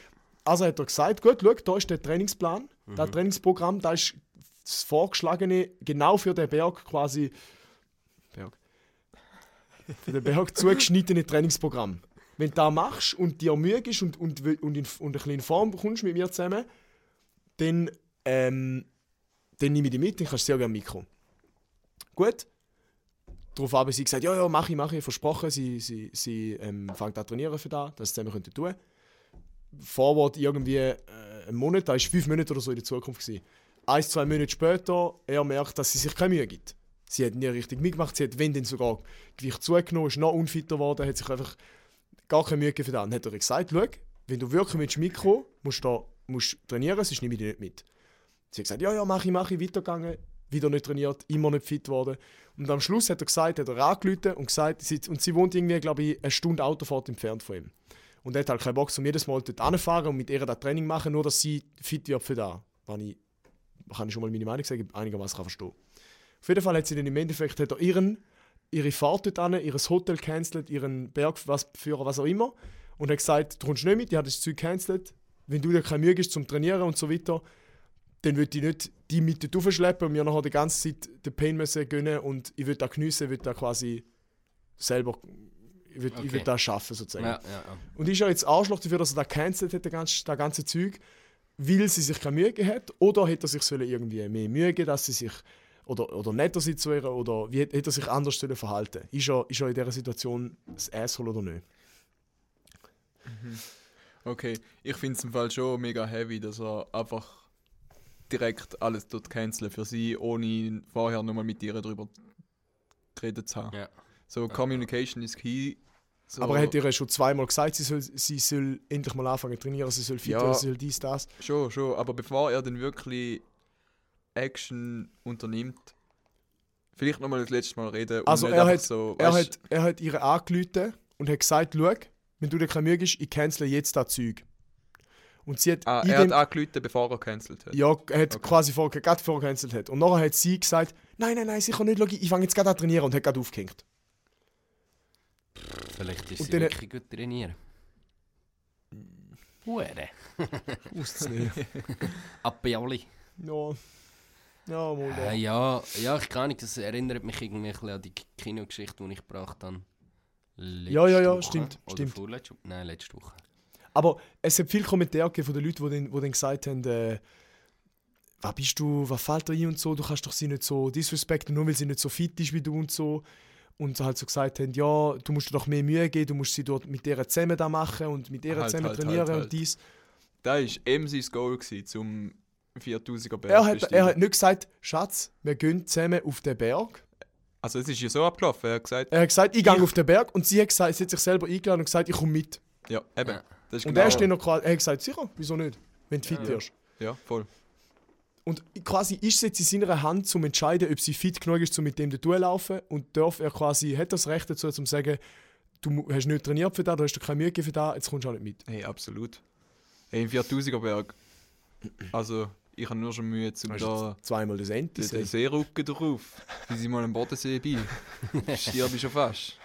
[SPEAKER 2] Also hat er gesagt, gut, schau, da ist der Trainingsplan, das Trainingsprogramm, da ist das Vorgeschlagene genau für den Berg quasi, Berg, für den Berg zugeschnittene Trainingsprogramm. wenn du das machst und dir Mühe ist und, und, und, in, und ein bisschen in Form kommst mit mir zusammen, dann, ähm, dann nehme ich dich mit, dann kannst du sehr gerne mitkommen. Gut? Darauf haben sie gesagt, ja, ja, mache ich, mache ich, versprochen, sie, sie, sie ähm, fängt an trainieren für das, dass sie zusammen können tun Forward irgendwie äh, einen Monat, das war fünf Monate oder so in der Zukunft. Gewesen. Ein, zwei Monate später, er merkt, dass sie sich keine Mühe gibt. Sie hat nie richtig mitgemacht, sie hat, wenn denn sogar Gewicht zugenommen, ist noch unfitter geworden, hat sich einfach gar keine Mühe gegeben für das. Und hat er gesagt, schau, wenn du wirklich willst mitkommen willst, musst du, da, musst du trainieren, sonst nehme ich dich nicht mit. Sie hat gesagt, ja, ja, mache ich, mache ich, weitergegangen, wieder nicht trainiert, immer nicht fit geworden. Und am Schluss hat er gesagt, hat er angerufen und gesagt, sie, und sie wohnt irgendwie, glaube ich, eine Stunde Autofahrt entfernt von ihm. Und er hat halt keinen Bock, um jedes Mal dort hinfahren und mit ihr das Training machen, nur dass sie fit wird für das. Wenn ich, kann ich schon mal meine Meinung sagen, einigermaßen kann verstehen. Auf jeden Fall hat sie dann im Endeffekt hat er ihren, ihre Fahrt dort hin, ihr Hotel cancelt, ihren Bergführer, was auch immer. Und hat gesagt, du kommst nicht mit, die hat das Zeug cancelt. Wenn du dir keine Mühe gibst zum Trainieren und so weiter, dann würde ich nicht die mit dort aufschleppen und mir nachher die ganze Zeit den Pain müssen gönnen und ich würde da geniessen, würde da quasi selber, ich würde
[SPEAKER 4] Okay.
[SPEAKER 2] okay. das schaffen sozusagen.
[SPEAKER 4] Ja, ja, ja.
[SPEAKER 2] Und ist ja jetzt Arschloch dafür, dass er da gecancelt hat, das ganze, das ganze Zeug, weil sie sich keine Mühe gegeben hat? Oder hätte er sich sollen irgendwie mehr Mühe gegeben, dass sie sich. Oder, oder netter sein zu ihr? Oder wie hätte hätte er sich anders sollen verhalten Ist er, ist er in dieser Situation ein Asshole oder nicht?
[SPEAKER 1] Okay, ich finde es im Fall schon mega heavy, dass er einfach direkt alles dort canceln für sie, ohne vorher nochmal mit ihr darüber geredet zu haben.
[SPEAKER 4] Ja.
[SPEAKER 1] So, Communication is key. So,
[SPEAKER 2] Aber er hat ihr schon zweimal gesagt, sie soll, sie soll endlich mal anfangen zu trainieren, sie soll fit
[SPEAKER 1] Ja.
[SPEAKER 2] werden, sie soll dies, das.
[SPEAKER 1] Schon, schon, aber bevor er dann wirklich Action unternimmt, vielleicht nochmal das letzte Mal reden und
[SPEAKER 2] Also
[SPEAKER 1] nicht
[SPEAKER 2] er
[SPEAKER 1] einfach
[SPEAKER 2] hat-
[SPEAKER 1] so,
[SPEAKER 2] Er
[SPEAKER 1] weisst,
[SPEAKER 2] hat, er hat ihre angerufen und hat gesagt: Schau, wenn du dir keine Mühe gibst, ich cancele jetzt das Zeug. Und sie hat
[SPEAKER 1] ah,
[SPEAKER 2] in
[SPEAKER 1] er
[SPEAKER 2] dem-
[SPEAKER 1] hat angerufen, bevor er cancelt hat.
[SPEAKER 2] Ja, er hat
[SPEAKER 1] Okay.
[SPEAKER 2] quasi vor, gerade vorgecancelt hat. Und nachher hat sie gesagt, nein, nein, nein, sicher nicht, schau, ich fange jetzt gerade an zu trainieren und hat gerade aufgehängt.
[SPEAKER 4] Vielleicht ist
[SPEAKER 2] Und
[SPEAKER 4] sie
[SPEAKER 2] dann-
[SPEAKER 4] wirklich gut trainieren. Hure. Appioli.
[SPEAKER 2] Ja. Ja, mal
[SPEAKER 4] Äh,
[SPEAKER 2] da.
[SPEAKER 4] ja, ja, ich kann nicht. Das erinnert mich irgendwie ein bisschen an die K- Kinogeschichte, die ich gebracht habe. Letzte
[SPEAKER 2] Ja, ja, ja,
[SPEAKER 4] Woche.
[SPEAKER 2] stimmt,
[SPEAKER 4] Oder
[SPEAKER 2] stimmt.
[SPEAKER 4] vorletzte Woche? Nein, letzte Woche.
[SPEAKER 2] Aber es hat viele Kommentare gegeben von den Leuten, die dann, die dann gesagt haben, äh, was bist du, was fällt dir ein und so, du kannst doch sie nicht so disrespekten, nur weil sie nicht so fit ist wie du und so. Und so halt so gesagt haben, ja, du musst dir doch mehr Mühe geben, du musst sie dort mit ihr zusammen da machen und mit ihr
[SPEAKER 1] Halt,
[SPEAKER 2] zusammen
[SPEAKER 1] halt,
[SPEAKER 2] trainieren
[SPEAKER 1] halt,
[SPEAKER 2] und
[SPEAKER 1] halt.
[SPEAKER 2] dies.
[SPEAKER 1] Das war eben sein Goal, gewesen, zum 4000er Berg
[SPEAKER 2] Er hat,
[SPEAKER 1] besteigen.
[SPEAKER 2] er hat nicht gesagt, Schatz, wir gehen zusammen auf den Berg.
[SPEAKER 1] Also es ist ja so abgelaufen, er hat gesagt,
[SPEAKER 2] Er hat gesagt, ich gehe auf den Berg und sie hat, gesagt, sie hat sich selber eingeladen und gesagt, ich komme mit.
[SPEAKER 1] ja, eben.
[SPEAKER 4] Ja.
[SPEAKER 1] Das ist
[SPEAKER 2] Und
[SPEAKER 1] genau,
[SPEAKER 2] er, steht noch, quasi- er hat gesagt, sicher, wieso nicht, wenn du fit wirst.
[SPEAKER 1] Ja, voll.
[SPEAKER 2] Und quasi ist es jetzt in seiner Hand, um zu entscheiden, ob sie fit genug ist, um mit dem zu laufen. Und darf er quasi, hat das Recht dazu, um zu sagen, du mu- hast nicht trainiert für das, du hast dir keine Mühe gegeben für das, jetzt kommst du auch nicht mit.
[SPEAKER 1] Hey, absolut. Hey, im 4000er Berg. Also, ich habe nur schon Mühe, zum
[SPEAKER 2] Hast
[SPEAKER 1] da
[SPEAKER 2] jetzt zweimal das
[SPEAKER 1] den,
[SPEAKER 2] Ende.
[SPEAKER 1] den
[SPEAKER 2] gesehen.
[SPEAKER 1] Seerücken drauf. Wie sind mal am Bodensee bei. Stirb ich schon fast.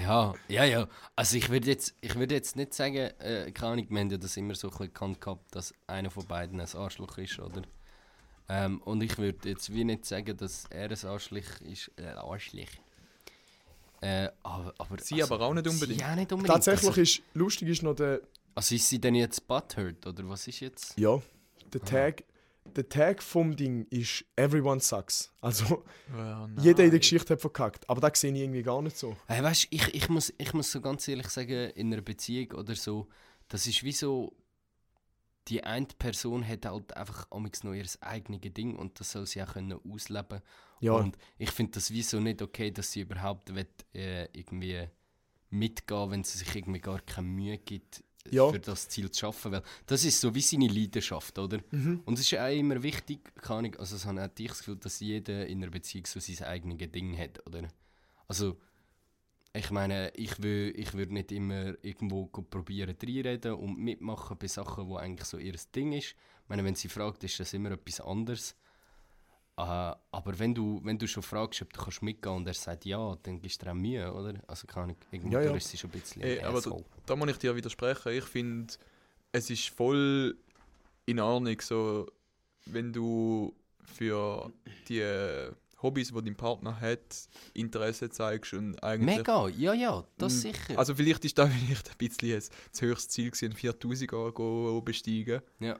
[SPEAKER 4] Ja, ja, ja. Also ich würde jetzt, ich würde jetzt nicht sagen, äh, keine Ahnung, wir haben ja das immer so ein bisschen gekannt gehabt, dass einer von beiden ein Arschloch ist, oder? Ähm, und ich würde jetzt wie nicht sagen, dass er ein Arschloch ist, äh, Arschloch. Äh, aber, aber, also
[SPEAKER 1] Sie aber auch nicht unbedingt.
[SPEAKER 4] Sie auch nicht unbedingt.
[SPEAKER 2] Tatsächlich
[SPEAKER 4] Also,
[SPEAKER 2] ist, lustig ist noch der,
[SPEAKER 4] also ist sie denn jetzt butthurt, oder was ist jetzt?
[SPEAKER 2] ja, der Tag, der Tag vom Ding ist, everyone sucks. Also,
[SPEAKER 1] Ah,
[SPEAKER 2] jeder in der Geschichte hat verkackt. Aber das sehe ich irgendwie gar nicht so.
[SPEAKER 4] Hey, Äh, weißt, ich, ich, muss, ich muss so ganz ehrlich sagen, in einer Beziehung oder so, das ist wie so, die eine Person hat halt einfach amigs noch ihr eigenes Ding und das soll sie auch können ausleben.
[SPEAKER 2] Ja.
[SPEAKER 4] Und ich finde das wie so nicht okay, dass sie überhaupt will, äh, irgendwie mitgehen, wenn sie sich irgendwie gar keine Mühe gibt, äh,
[SPEAKER 2] Ja.
[SPEAKER 4] für das Ziel zu schaffen. Weil das ist so wie seine Leidenschaft, oder?
[SPEAKER 2] Mhm.
[SPEAKER 4] Und es ist auch immer wichtig, keine Ahnung, also das habe auch ich das Gefühl, dass jeder in einer Beziehung so sein eigenes Ding hat, oder? Also, ich meine, ich will, ich würde nicht immer irgendwo go probieren reinreden und mitmachen bei Sachen, wo eigentlich so ihr Ding ist. Ich meine, wenn sie fragt, ist das immer etwas anderes. Äh, aber wenn du, wenn du schon fragst, ob du kannst mitgehen und er sagt ja, dann gibst du dir auch Mühe, oder? Also keine Ahnung, irgendwo
[SPEAKER 2] Ja, ja.
[SPEAKER 4] durch ist sie schon ein bisschen
[SPEAKER 1] Ey,
[SPEAKER 4] ein
[SPEAKER 1] aber da,
[SPEAKER 4] Asshole.
[SPEAKER 1] da muss ich dir widersprechen. Ich finde, es ist voll in Ordnung, so, wenn du für die Hobbys, die dein Partner hat, Interesse zeigst und eigentlich...
[SPEAKER 4] Mega, ja, ja, das
[SPEAKER 1] Mm.
[SPEAKER 4] sicher.
[SPEAKER 1] Also vielleicht ist das vielleicht ein bisschen jetzt das höchste Ziel gewesen, 4000 Euro besteigen.
[SPEAKER 4] Ja.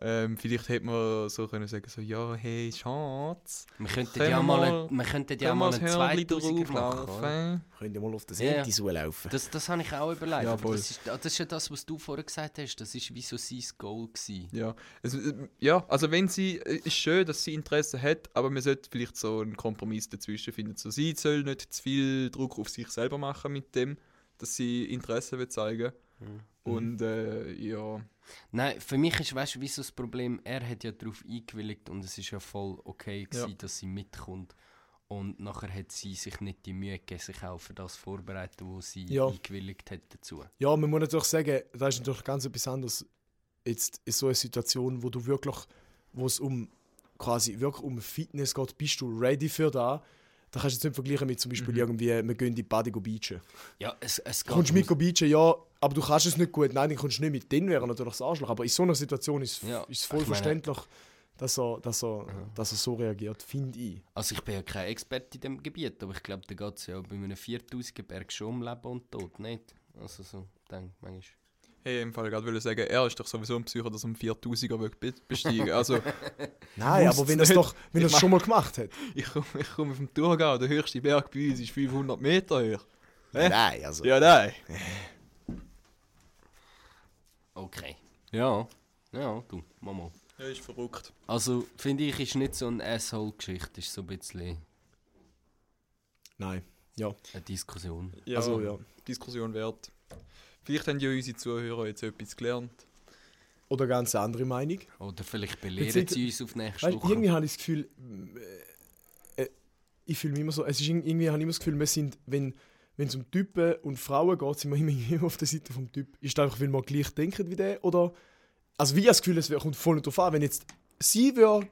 [SPEAKER 1] Ähm, vielleicht hätte man so können sagen, so, ja, hey, Schatz,
[SPEAKER 4] wir könnten
[SPEAKER 1] können
[SPEAKER 4] ja
[SPEAKER 1] wir
[SPEAKER 4] mal,
[SPEAKER 1] mal-
[SPEAKER 4] wir könnten
[SPEAKER 1] können
[SPEAKER 4] ja
[SPEAKER 1] wir
[SPEAKER 4] mal
[SPEAKER 1] das
[SPEAKER 4] einen
[SPEAKER 1] Hörnli
[SPEAKER 4] 2000er machen. oder?
[SPEAKER 1] drauflaufen?
[SPEAKER 2] Könnt ihr mal auf das
[SPEAKER 4] Ja, ja.
[SPEAKER 2] Handy so laufen?
[SPEAKER 4] Das, das habe ich auch überlegt.
[SPEAKER 1] Ja,
[SPEAKER 4] aber
[SPEAKER 1] voll.
[SPEAKER 4] das, ist, ah, das ist ja das, was du vorher gesagt hast. Das ist wie so sein Goal. Gewesen.
[SPEAKER 1] Ja. Es, äh, ja, also wenn sie, äh, ist schön, dass sie Interesse hat, aber man sollte vielleicht so einen Kompromiss dazwischen finden. So, sie soll nicht zu viel Druck auf sich selber machen mit dem, dass sie Interesse will zeigen
[SPEAKER 4] Mhm.
[SPEAKER 1] Und äh, ja,
[SPEAKER 4] Nein, für mich ist, weißt du, wieso das Problem, er hat ja darauf eingewilligt und es ist ja voll okay, gewesen, dass sie mitkommt. Und nachher hat sie sich nicht die Mühe gegeben, sich auch für das vorzubereiten, wo sie
[SPEAKER 2] Ja.
[SPEAKER 4] eingewilligt hat dazu.
[SPEAKER 2] Ja, man muss natürlich sagen, das ist natürlich ganz etwas anderes. Jetzt in so einer Situation, wo du wirklich, wo es um quasi wirklich um Fitness geht, bist du ready für da? Da kannst du jetzt nicht vergleichen mit zum Beispiel irgendwie, wir gehen in die Bade go beachen.
[SPEAKER 4] Ja, es, es geht
[SPEAKER 2] Kommst du mit
[SPEAKER 4] ums-
[SPEAKER 2] go beachen, ja, aber du kannst es nicht gut. Nein, dann kommst du nicht mit. Dann wäre natürlich das Arschloch. Aber in so einer Situation ist
[SPEAKER 4] Ja,
[SPEAKER 2] es ist es voll
[SPEAKER 4] ich meine-
[SPEAKER 2] verständlich, dass er, dass, er, dass er so reagiert, finde ich.
[SPEAKER 4] Also ich bin ja kein Experte in diesem Gebiet, aber ich glaube, da geht es ja bei einem 4000er Berg schon um Leben und Tod, nicht? Also so, denke ich manchmal.
[SPEAKER 1] hey, im Fall gerade will ich sagen, er ist doch sowieso ein Psycho, dass er einen 4000er will be- besteigen Also,
[SPEAKER 2] Nein,
[SPEAKER 1] Muss
[SPEAKER 2] aber wenn
[SPEAKER 1] es nicht.
[SPEAKER 2] er es doch, wenn er es
[SPEAKER 1] Ich
[SPEAKER 2] schon mal gemacht hat.
[SPEAKER 1] ich komme ich komm vom Thurgau, der höchste Berg bei uns ist 500 Meter hoch. Hä?
[SPEAKER 2] Nein, also.
[SPEAKER 1] Ja, nein.
[SPEAKER 4] Okay. Ja. Ja, du, Mama.
[SPEAKER 1] Ja, ist verrückt.
[SPEAKER 4] Also, finde ich, ist nicht so eine Asshole-Geschichte, ist so ein bisschen
[SPEAKER 2] Nein. Ja.
[SPEAKER 4] eine Diskussion.
[SPEAKER 1] Ja,
[SPEAKER 2] Also, ja.
[SPEAKER 1] Diskussion wert. Vielleicht haben ja unsere Zuhörer jetzt etwas gelernt.
[SPEAKER 2] Oder ganz andere Meinung.
[SPEAKER 4] Oder vielleicht belehren
[SPEAKER 2] Jetzt
[SPEAKER 4] sie uns auf nächste
[SPEAKER 2] Weißt,
[SPEAKER 4] Woche.
[SPEAKER 2] irgendwie habe ich das Gefühl, äh, äh, ich fühle mich immer so, es ist irgendwie, irgendwie habe ich immer das Gefühl, wir sind, wenn wenn es um Typen und Frauen geht, sind wir immer irgendwie auf der Seite vom Typ. Ist das einfach, weil wir gleich denken wie der? Oder, also wie ich habe das Gefühl, es wär- kommt voll nicht drauf an, wenn jetzt sie würde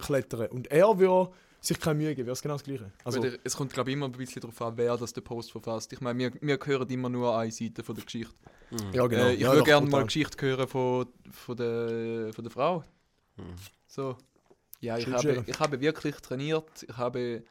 [SPEAKER 2] klettern und er würde sich keine Mühe geben, wäre es genau das Gleiche. Also,
[SPEAKER 1] Also, es kommt, glaube ich, immer ein bisschen darauf an, wer das den Post verfasst. Ich meine, wir, wir hören immer nur eine Seite von der Geschichte.
[SPEAKER 2] ja, genau.
[SPEAKER 1] äh, ich
[SPEAKER 2] ja,
[SPEAKER 1] würde
[SPEAKER 2] doch,
[SPEAKER 1] gerne mal
[SPEAKER 2] total.
[SPEAKER 1] eine Geschichte hören von, von, der, von der Frau.
[SPEAKER 4] Hm.
[SPEAKER 1] So. Ja, ich
[SPEAKER 2] Schön,
[SPEAKER 1] habe,
[SPEAKER 2] schön.
[SPEAKER 1] ich habe wirklich trainiert. Ich habe,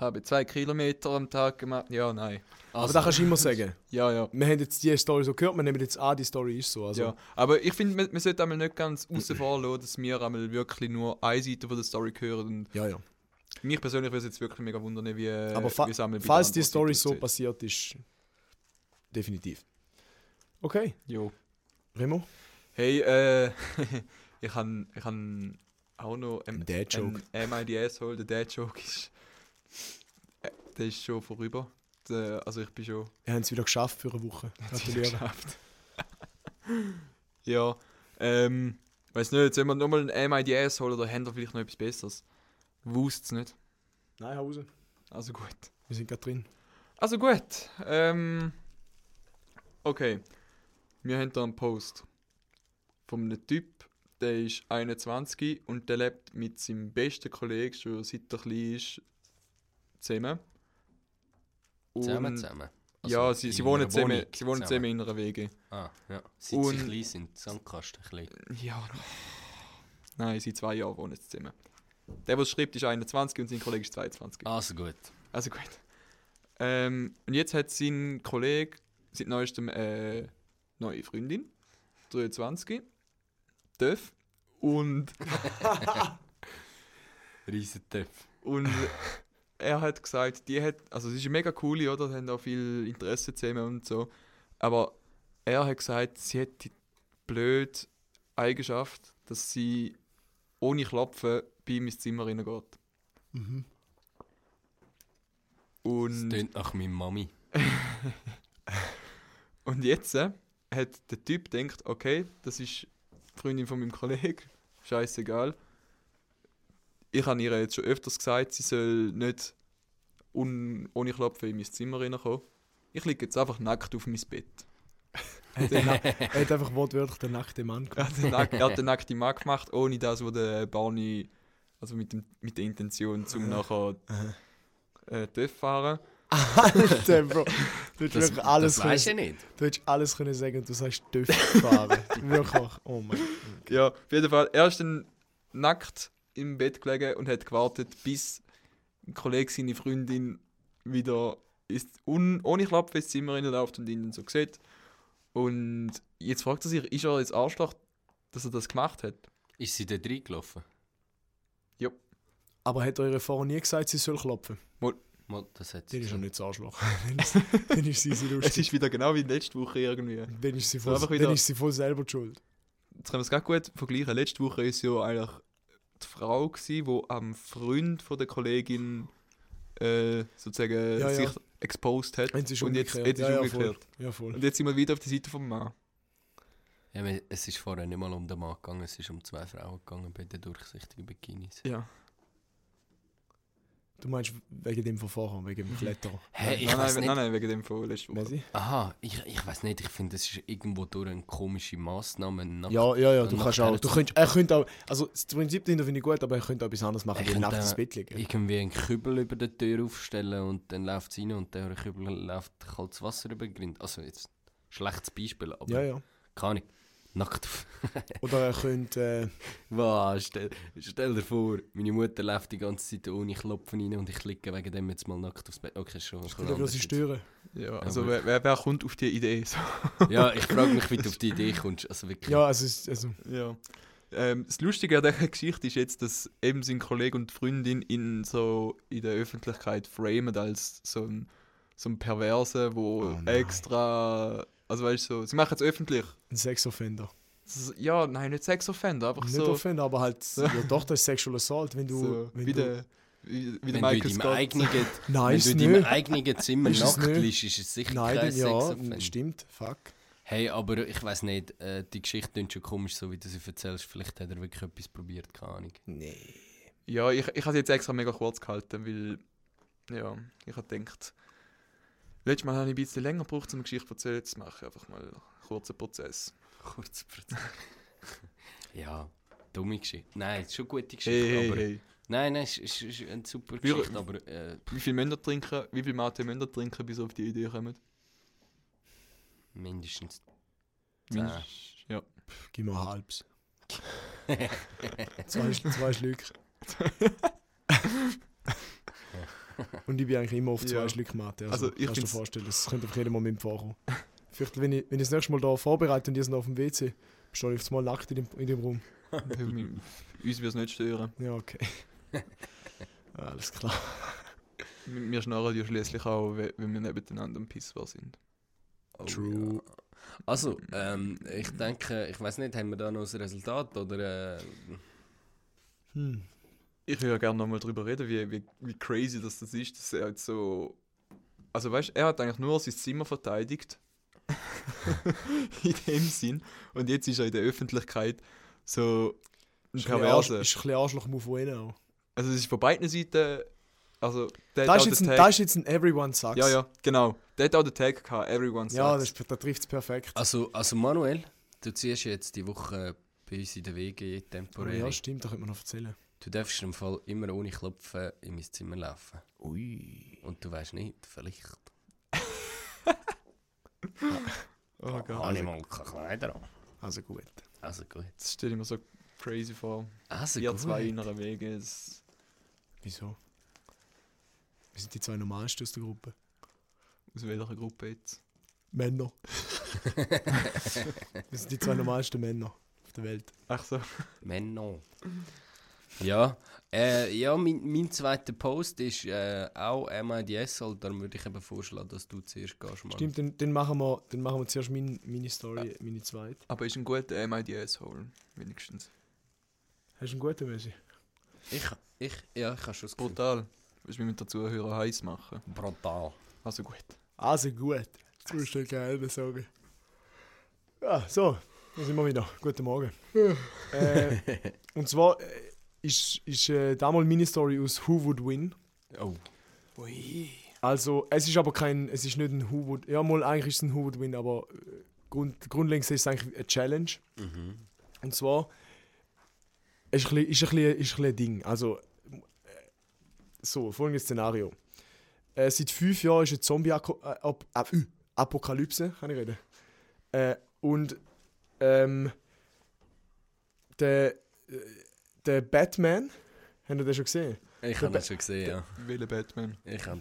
[SPEAKER 1] habe zwei Kilometer am Tag gemacht. Ja, nein.
[SPEAKER 2] Aber
[SPEAKER 4] Also,
[SPEAKER 2] da kannst du immer sagen,
[SPEAKER 1] Ja, ja.
[SPEAKER 2] wir haben jetzt die Story so gehört, wir nehmen jetzt an, die Story ist so. Also,
[SPEAKER 1] ja. Aber ich finde, man, man sollte einmal nicht ganz außen vor lassen, dass wir einmal wirklich nur eine Seite von der Story hören. Und
[SPEAKER 2] ja. ja.
[SPEAKER 1] Mich persönlich würde es jetzt wirklich mega wundern, wie
[SPEAKER 2] Aber fa
[SPEAKER 1] wie es einmal bei
[SPEAKER 2] falls
[SPEAKER 1] der
[SPEAKER 2] die Story
[SPEAKER 1] anderen
[SPEAKER 2] so
[SPEAKER 1] Seite aussieht.
[SPEAKER 2] passiert ist, definitiv. Okay,
[SPEAKER 1] Jo.
[SPEAKER 2] Remo,
[SPEAKER 1] Hey, äh, ich habe ich han auch noch ähm,
[SPEAKER 2] ein Dad-Joke.
[SPEAKER 1] Ein MIDS hole, der Dad Joke ist. Äh, der ist schon vorüber. Der, also ich bin schon
[SPEAKER 2] Wir haben es wieder geschafft für eine Woche. Gratuliere.
[SPEAKER 1] geschafft. ja. Ähm, weiß nicht, sollen wir nochmal ein MIDS holen oder haben wir vielleicht noch etwas Besseres? Wusst es nicht.
[SPEAKER 2] Nein, Hause.
[SPEAKER 1] Also gut.
[SPEAKER 2] Wir sind gerade drin.
[SPEAKER 1] Also gut. Ähm, okay. Wir haben da einen Post. Von einem Typ, der ist 21 und der lebt mit seinem besten Kollegen schon seit er klein ist zusammen. Und-
[SPEAKER 4] zusammen, zusammen. Also
[SPEAKER 1] Ja, sie,
[SPEAKER 4] in
[SPEAKER 1] sie,
[SPEAKER 4] einer
[SPEAKER 1] wohnen zusammen,
[SPEAKER 4] Wohnung
[SPEAKER 1] sie wohnen zusammen in einer WG.
[SPEAKER 4] Ah, ja. Seit sie
[SPEAKER 1] Und-
[SPEAKER 4] klein sind, Sandkasten klein.
[SPEAKER 1] Ja. Nein, seit zwei Jahren wohnen sie zusammen. Der, der es schreibt, ist 21 und sein Kollege ist 22.
[SPEAKER 4] Also gut.
[SPEAKER 1] Also gut. Ähm, und jetzt hat sein Kollege seit neuestem äh, neue Freundin, 23, Döf. Und,
[SPEAKER 4] Riesentöpf.
[SPEAKER 1] und er hat gesagt, die hat, also sie ist mega cool, oder? Haben auch viel Interesse zusammen und so. Aber er hat gesagt, sie hat die blöde Eigenschaft, dass sie ohne Klopfen bei ihm ins Zimmer reingeht.
[SPEAKER 4] Das
[SPEAKER 1] Und
[SPEAKER 4] tönt nach meiner Mami.
[SPEAKER 1] Und jetzt äh, hat der Typ gedacht, okay, das ist die Freundin von meinem Kollegen, scheißegal. Ich habe ihr jetzt schon öfters gesagt, sie soll nicht un ohne Klopfen in mein Zimmer reinkommen. Ich liege jetzt einfach nackt auf mein Bett.
[SPEAKER 2] Er hat einfach wortwörtlich den nackten Mann
[SPEAKER 1] Er
[SPEAKER 2] gemacht.
[SPEAKER 1] hat den, nack er hat den nackten Mann gemacht, ohne das, was der Barney, also mit, dem, mit der Intention, zum nachher äh, zu fahren.
[SPEAKER 2] Alter, Bro. Du hättest
[SPEAKER 4] Das,
[SPEAKER 2] wirklich alles,
[SPEAKER 4] das weisst du
[SPEAKER 2] können,
[SPEAKER 4] nicht.
[SPEAKER 2] du hättest alles können sagen und du sagst Döff fahren. wirklich. Oh mein Gott.
[SPEAKER 1] Ja, auf jeden Fall. Er ist dann nackt im Bett gelegen und hat gewartet, bis ein Kollege seine Freundin wieder ist un, ohne Klappe ins Zimmer reinläuft und ihn dann so sieht. Und jetzt fragt er sich, ist er jetzt Arschloch, dass er das gemacht hat?
[SPEAKER 4] Ist sie dort reingelaufen?
[SPEAKER 2] Aber hat eure Frau nie gesagt, sie soll klopfen?
[SPEAKER 4] Mal, Das hat
[SPEAKER 2] Dann
[SPEAKER 4] sie
[SPEAKER 2] ist er
[SPEAKER 4] gesagt.
[SPEAKER 2] nicht das Arschloch. dann, ist, dann ist sie sie
[SPEAKER 1] Es
[SPEAKER 2] lustig.
[SPEAKER 1] ist wieder genau wie letzte Woche irgendwie.
[SPEAKER 2] Dann ist sie,
[SPEAKER 1] So
[SPEAKER 2] voll,
[SPEAKER 1] einfach wieder-
[SPEAKER 2] dann ist sie voll selber die schuld.
[SPEAKER 1] Jetzt können wir es ganz gut vergleichen. Letzte Woche war es ja eigentlich die Frau, gewesen, die am Freund von der Kollegin äh, sozusagen
[SPEAKER 2] Ja, ja.
[SPEAKER 1] sich exposed hat.
[SPEAKER 2] Wenn sie
[SPEAKER 1] und jetzt, jetzt ist
[SPEAKER 2] ja,
[SPEAKER 1] umgekehrt.
[SPEAKER 2] Ja, voll. Ja, voll.
[SPEAKER 1] Und jetzt sind wir wieder auf der Seite vom Mann.
[SPEAKER 4] Ja, aber es ist vorher nicht mal um den Mann gegangen, es ist um zwei Frauen gegangen bei den durchsichtigen Bikinis.
[SPEAKER 1] Ja.
[SPEAKER 2] Du meinst wegen dem Verfahren, wegen dem Klettern.
[SPEAKER 4] Hä, ich
[SPEAKER 1] nein,
[SPEAKER 4] weiß
[SPEAKER 1] nein,
[SPEAKER 4] nicht.
[SPEAKER 1] nein, nein, wegen dem von letzter Woche.
[SPEAKER 2] Weiss ich?
[SPEAKER 4] Aha, ich, ich weiß nicht, ich finde, es ist irgendwo durch eine komische Massnahme. Nach
[SPEAKER 2] Ja, ja, ja, du
[SPEAKER 4] Nach
[SPEAKER 2] kannst auch.
[SPEAKER 4] dieser
[SPEAKER 2] Du
[SPEAKER 4] Zeit-
[SPEAKER 2] könntest, er könnte auch. Also, das Prinzip dahinter finde ich gut, aber er könnte auch etwas anderes machen,
[SPEAKER 4] Er
[SPEAKER 2] wie
[SPEAKER 4] könnte
[SPEAKER 2] nachts
[SPEAKER 4] auch-
[SPEAKER 2] ins Bett liegen.
[SPEAKER 4] Irgendwie einen Kübel über der Tür aufstellen und dann läuft es rein und der Kübel läuft kaltes Wasser über den Grind. Also jetzt, schlechtes Beispiel, aber
[SPEAKER 2] Ja, ja.
[SPEAKER 4] keine Ahnung. Nackt auf.
[SPEAKER 2] Oder er könnte. äh,
[SPEAKER 4] Wow, stell, stell dir vor, meine Mutter läuft die ganze Zeit ohne Klopfen rein und ich liege wegen dem jetzt mal nackt aufs Bett. Okay, ist schon.
[SPEAKER 2] Äh, ich würde sie stören.
[SPEAKER 1] Ja, also
[SPEAKER 4] aber-
[SPEAKER 1] wer, wer, wer kommt auf die Idee? So.
[SPEAKER 4] Ja, ich frage mich, wie du auf die Idee kommst. Also wirklich.
[SPEAKER 2] Ja, also. es- also
[SPEAKER 1] Ja. Ähm, das Lustige an dieser Geschichte ist jetzt, dass eben sein Kollege und die Freundin ihn so in der Öffentlichkeit framen als so ein, so ein Perverse,
[SPEAKER 2] Oh
[SPEAKER 1] wo
[SPEAKER 2] nein.
[SPEAKER 1] extra. Also weißt du, so, sie machen es öffentlich.
[SPEAKER 2] ein Sexoffender.
[SPEAKER 1] Das ist- Ja, nein, nicht Sexoffender, einfach
[SPEAKER 2] Nicht
[SPEAKER 1] so.
[SPEAKER 2] Offender, aber halt. Ja, doch, das ist Sexual Assault, wenn du.
[SPEAKER 1] so
[SPEAKER 2] wenn
[SPEAKER 1] wie,
[SPEAKER 2] du
[SPEAKER 1] der, wie, wie der
[SPEAKER 4] Wenn du in
[SPEAKER 1] Michael
[SPEAKER 4] deinem
[SPEAKER 1] Scott.
[SPEAKER 4] eigenen,
[SPEAKER 2] Nein,
[SPEAKER 4] wenn
[SPEAKER 2] ist
[SPEAKER 4] du in deinem
[SPEAKER 2] nicht.
[SPEAKER 4] eigenen Zimmer
[SPEAKER 2] Ist es
[SPEAKER 4] nackt
[SPEAKER 2] nicht.
[SPEAKER 4] liegst, ist es sicher
[SPEAKER 2] Nein,
[SPEAKER 4] kein
[SPEAKER 2] dann ja.
[SPEAKER 4] Sexoffender.
[SPEAKER 2] Stimmt, fuck.
[SPEAKER 4] Hey, aber ich weiß nicht, äh, die Geschichte klingt schon komisch, so wie du sie erzählst. Vielleicht hat er wirklich etwas probiert, keine Ahnung.
[SPEAKER 2] Nee.
[SPEAKER 1] Ja, ich, ich habe es jetzt extra mega kurz gehalten, weil. Ja, ich habe gedacht. Letztes Mal habe ich ein bisschen länger gebraucht, um eine Geschichte zu erzählen. Jetzt mache ich einfach mal einen kurzen Prozess.
[SPEAKER 4] Kurz Ja, dumme Geschichte. Nein, ist schon eine gute Geschichte,
[SPEAKER 1] Hey, hey,
[SPEAKER 4] aber...
[SPEAKER 1] hey.
[SPEAKER 4] Nein, nein, es ist, ist, ist eine super
[SPEAKER 1] Wir-
[SPEAKER 4] Geschichte, aber... Äh,
[SPEAKER 1] Wie viel Männer trinken, wie viel Mate Männer trinken, bis sie auf die Idee kommen?
[SPEAKER 4] mindestens...
[SPEAKER 1] Mindestens.
[SPEAKER 2] Gib mir ein halbes.
[SPEAKER 4] Oh,
[SPEAKER 2] zwei, zwei Schlücke. Und ich bin eigentlich immer auf zwei
[SPEAKER 1] Ja.
[SPEAKER 2] Schlücke Mathe.
[SPEAKER 1] Also,
[SPEAKER 2] Also,
[SPEAKER 1] ich
[SPEAKER 2] kannst du dir
[SPEAKER 1] find's-
[SPEAKER 2] vorstellen, das könnte auf jeden Moment vorkommen. Vielleicht, wenn ich, wenn ich das nächste Mal da vorbereite und die sind auf dem WC, stehe ich jetzt mal nackt in dem, in dem Raum.
[SPEAKER 1] Uns würde es nicht stören.
[SPEAKER 2] Ja, okay. Alles klar.
[SPEAKER 1] Wir wir schnarren ja schließlich auch, we- wenn wir nebeneinander am Pisswar sind.
[SPEAKER 4] Oh,
[SPEAKER 2] True.
[SPEAKER 4] ja. Also, ähm, ich denke, ich weiß nicht, haben wir da noch ein Resultat oder... Äh,
[SPEAKER 2] Hm.
[SPEAKER 1] Ich würde ja gerne nochmal darüber reden, wie, wie, wie crazy das, das ist, dass er halt so. Also weißt er hat eigentlich nur sein Zimmer verteidigt. in dem Sinn. Und jetzt ist er in der Öffentlichkeit so ein
[SPEAKER 2] Ist ein bisschen Arsch-
[SPEAKER 1] Perverse.
[SPEAKER 2] ist ein bisschen Arschloch auf auch.
[SPEAKER 1] Also es ist von beiden Seiten. Also, der
[SPEAKER 2] Das
[SPEAKER 1] hat
[SPEAKER 2] ist,
[SPEAKER 1] auch
[SPEAKER 2] jetzt
[SPEAKER 1] den
[SPEAKER 2] ein,
[SPEAKER 1] Tag-
[SPEAKER 2] das ist jetzt ein Everyone Sucks.
[SPEAKER 1] Ja, ja, genau. Der hat auch den Tag gehabt, Everyone Sucks.
[SPEAKER 2] Ja, das, da trifft es perfekt.
[SPEAKER 4] also, also Manuel, du ziehst jetzt die Woche bei uns in der WG
[SPEAKER 2] Aber
[SPEAKER 4] temporär.
[SPEAKER 2] ja, stimmt, da könnte man noch erzählen.
[SPEAKER 4] Du darfst im Fall immer ohne Klopfen in mein Zimmer laufen. Ui. Und du weißt nicht, vielleicht.
[SPEAKER 1] oh Gott.
[SPEAKER 4] Habe ich mal keine Kleider an.
[SPEAKER 2] Also gut.
[SPEAKER 4] Also gut.
[SPEAKER 1] Das stelle ich mir so crazy vor.
[SPEAKER 4] Also
[SPEAKER 1] Wir
[SPEAKER 4] gut.
[SPEAKER 1] zwei innere Wege. Das
[SPEAKER 2] Wieso? Wir sind die zwei normalsten aus der Gruppe.
[SPEAKER 1] aus welcher Gruppe jetzt?
[SPEAKER 2] Männer. wir sind die zwei normalsten Männer auf der Welt.
[SPEAKER 1] Ach so.
[SPEAKER 4] Männer. Ja, äh, ja mein, mein zweiter Post ist äh, auch MIDS, halt, darum würde ich eben vorschlagen, dass du zuerst gehst. Mann.
[SPEAKER 2] Stimmt, dann, dann, machen wir, dann machen wir zuerst mein, meine Story, meine zweite.
[SPEAKER 1] Aber ist ein guter MIDS-Hole, wenigstens.
[SPEAKER 2] Hast du einen guten Messi?
[SPEAKER 4] Ich, ich, ja, ich habe schon das Gefühl.
[SPEAKER 1] Brutal. Willst du mich mit den Zuhörern heiß machen?
[SPEAKER 4] Brutal.
[SPEAKER 1] Also gut.
[SPEAKER 2] Also gut. Das ist eine geile Sorge. Ja, Ah, so. Da sind wir wieder. Guten Morgen. äh, und zwar äh, ist, ist äh, damals meine Story aus Who Would Win.
[SPEAKER 4] Oh.
[SPEAKER 2] Also, es ist aber kein, es ist nicht ein Who Would, ja mal eigentlich ist es ein Who Would Win, aber äh, Grund, grundlegend ist es eigentlich eine Challenge. Und zwar ist ein, bisschen, ist, ein bisschen, ist ein bisschen ein Ding, also äh, so, folgendes Szenario. Äh, seit fünf Jahren ist eine äh, Zombie-Apokalypse, kann ich reden. Äh, und ähm, der, äh, der Batman, habt ihr den schon gesehen?
[SPEAKER 4] Ich habe das schon gesehen, ja.
[SPEAKER 1] Welcher Batman?
[SPEAKER 4] Ich hab,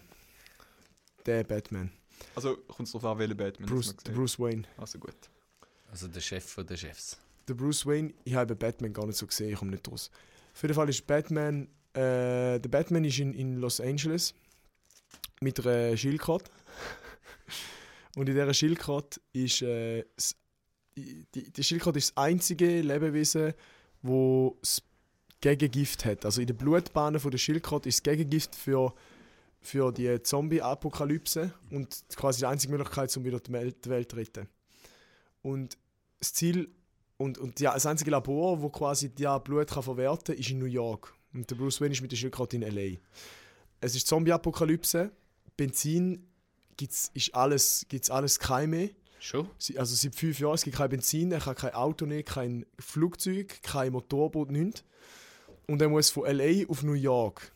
[SPEAKER 2] Der Batman.
[SPEAKER 1] Also kommt es darauf an, welcher Batman
[SPEAKER 2] Bruce,
[SPEAKER 1] man
[SPEAKER 2] der
[SPEAKER 1] gesehen
[SPEAKER 2] Bruce Wayne.
[SPEAKER 1] hat. Also gut.
[SPEAKER 4] also der Chef von der Chefs.
[SPEAKER 2] Der Bruce Wayne, ich habe eben Batman gar nicht so gesehen, ich komme nicht raus. Auf jeden Fall ist Batman. Äh, der Batman ist in, in Los Angeles mit einer Schildkröte. Und in dieser Schildkröte ist. Äh, s- die, die die Schildkröte ist das einzige Lebewesen, wo das Gegengift hat. Also in der Blutbahn von der Schildkröte ist das Gegengift für, für die Zombie-Apokalypse und quasi die einzige Möglichkeit, um wieder die Welt die Welt zu retten. Und das Ziel und, und ja, das einzige Labor, wo quasi ja Blut kann verwerten kann, ist in New York. Und der Bruce Wayne ist mit der Schildkröte in L.A. Es ist Zombie-Apokalypse. Benzin gibt's, ist alles, gibt's alles kein mehr.
[SPEAKER 4] Schon?
[SPEAKER 2] Sie- Also seit fünf Jahren, es gibt kein Benzin, er kann kein Auto nehmen, kein Flugzeug, kein Motorboot, nichts. Und er muss von L.A. auf New York.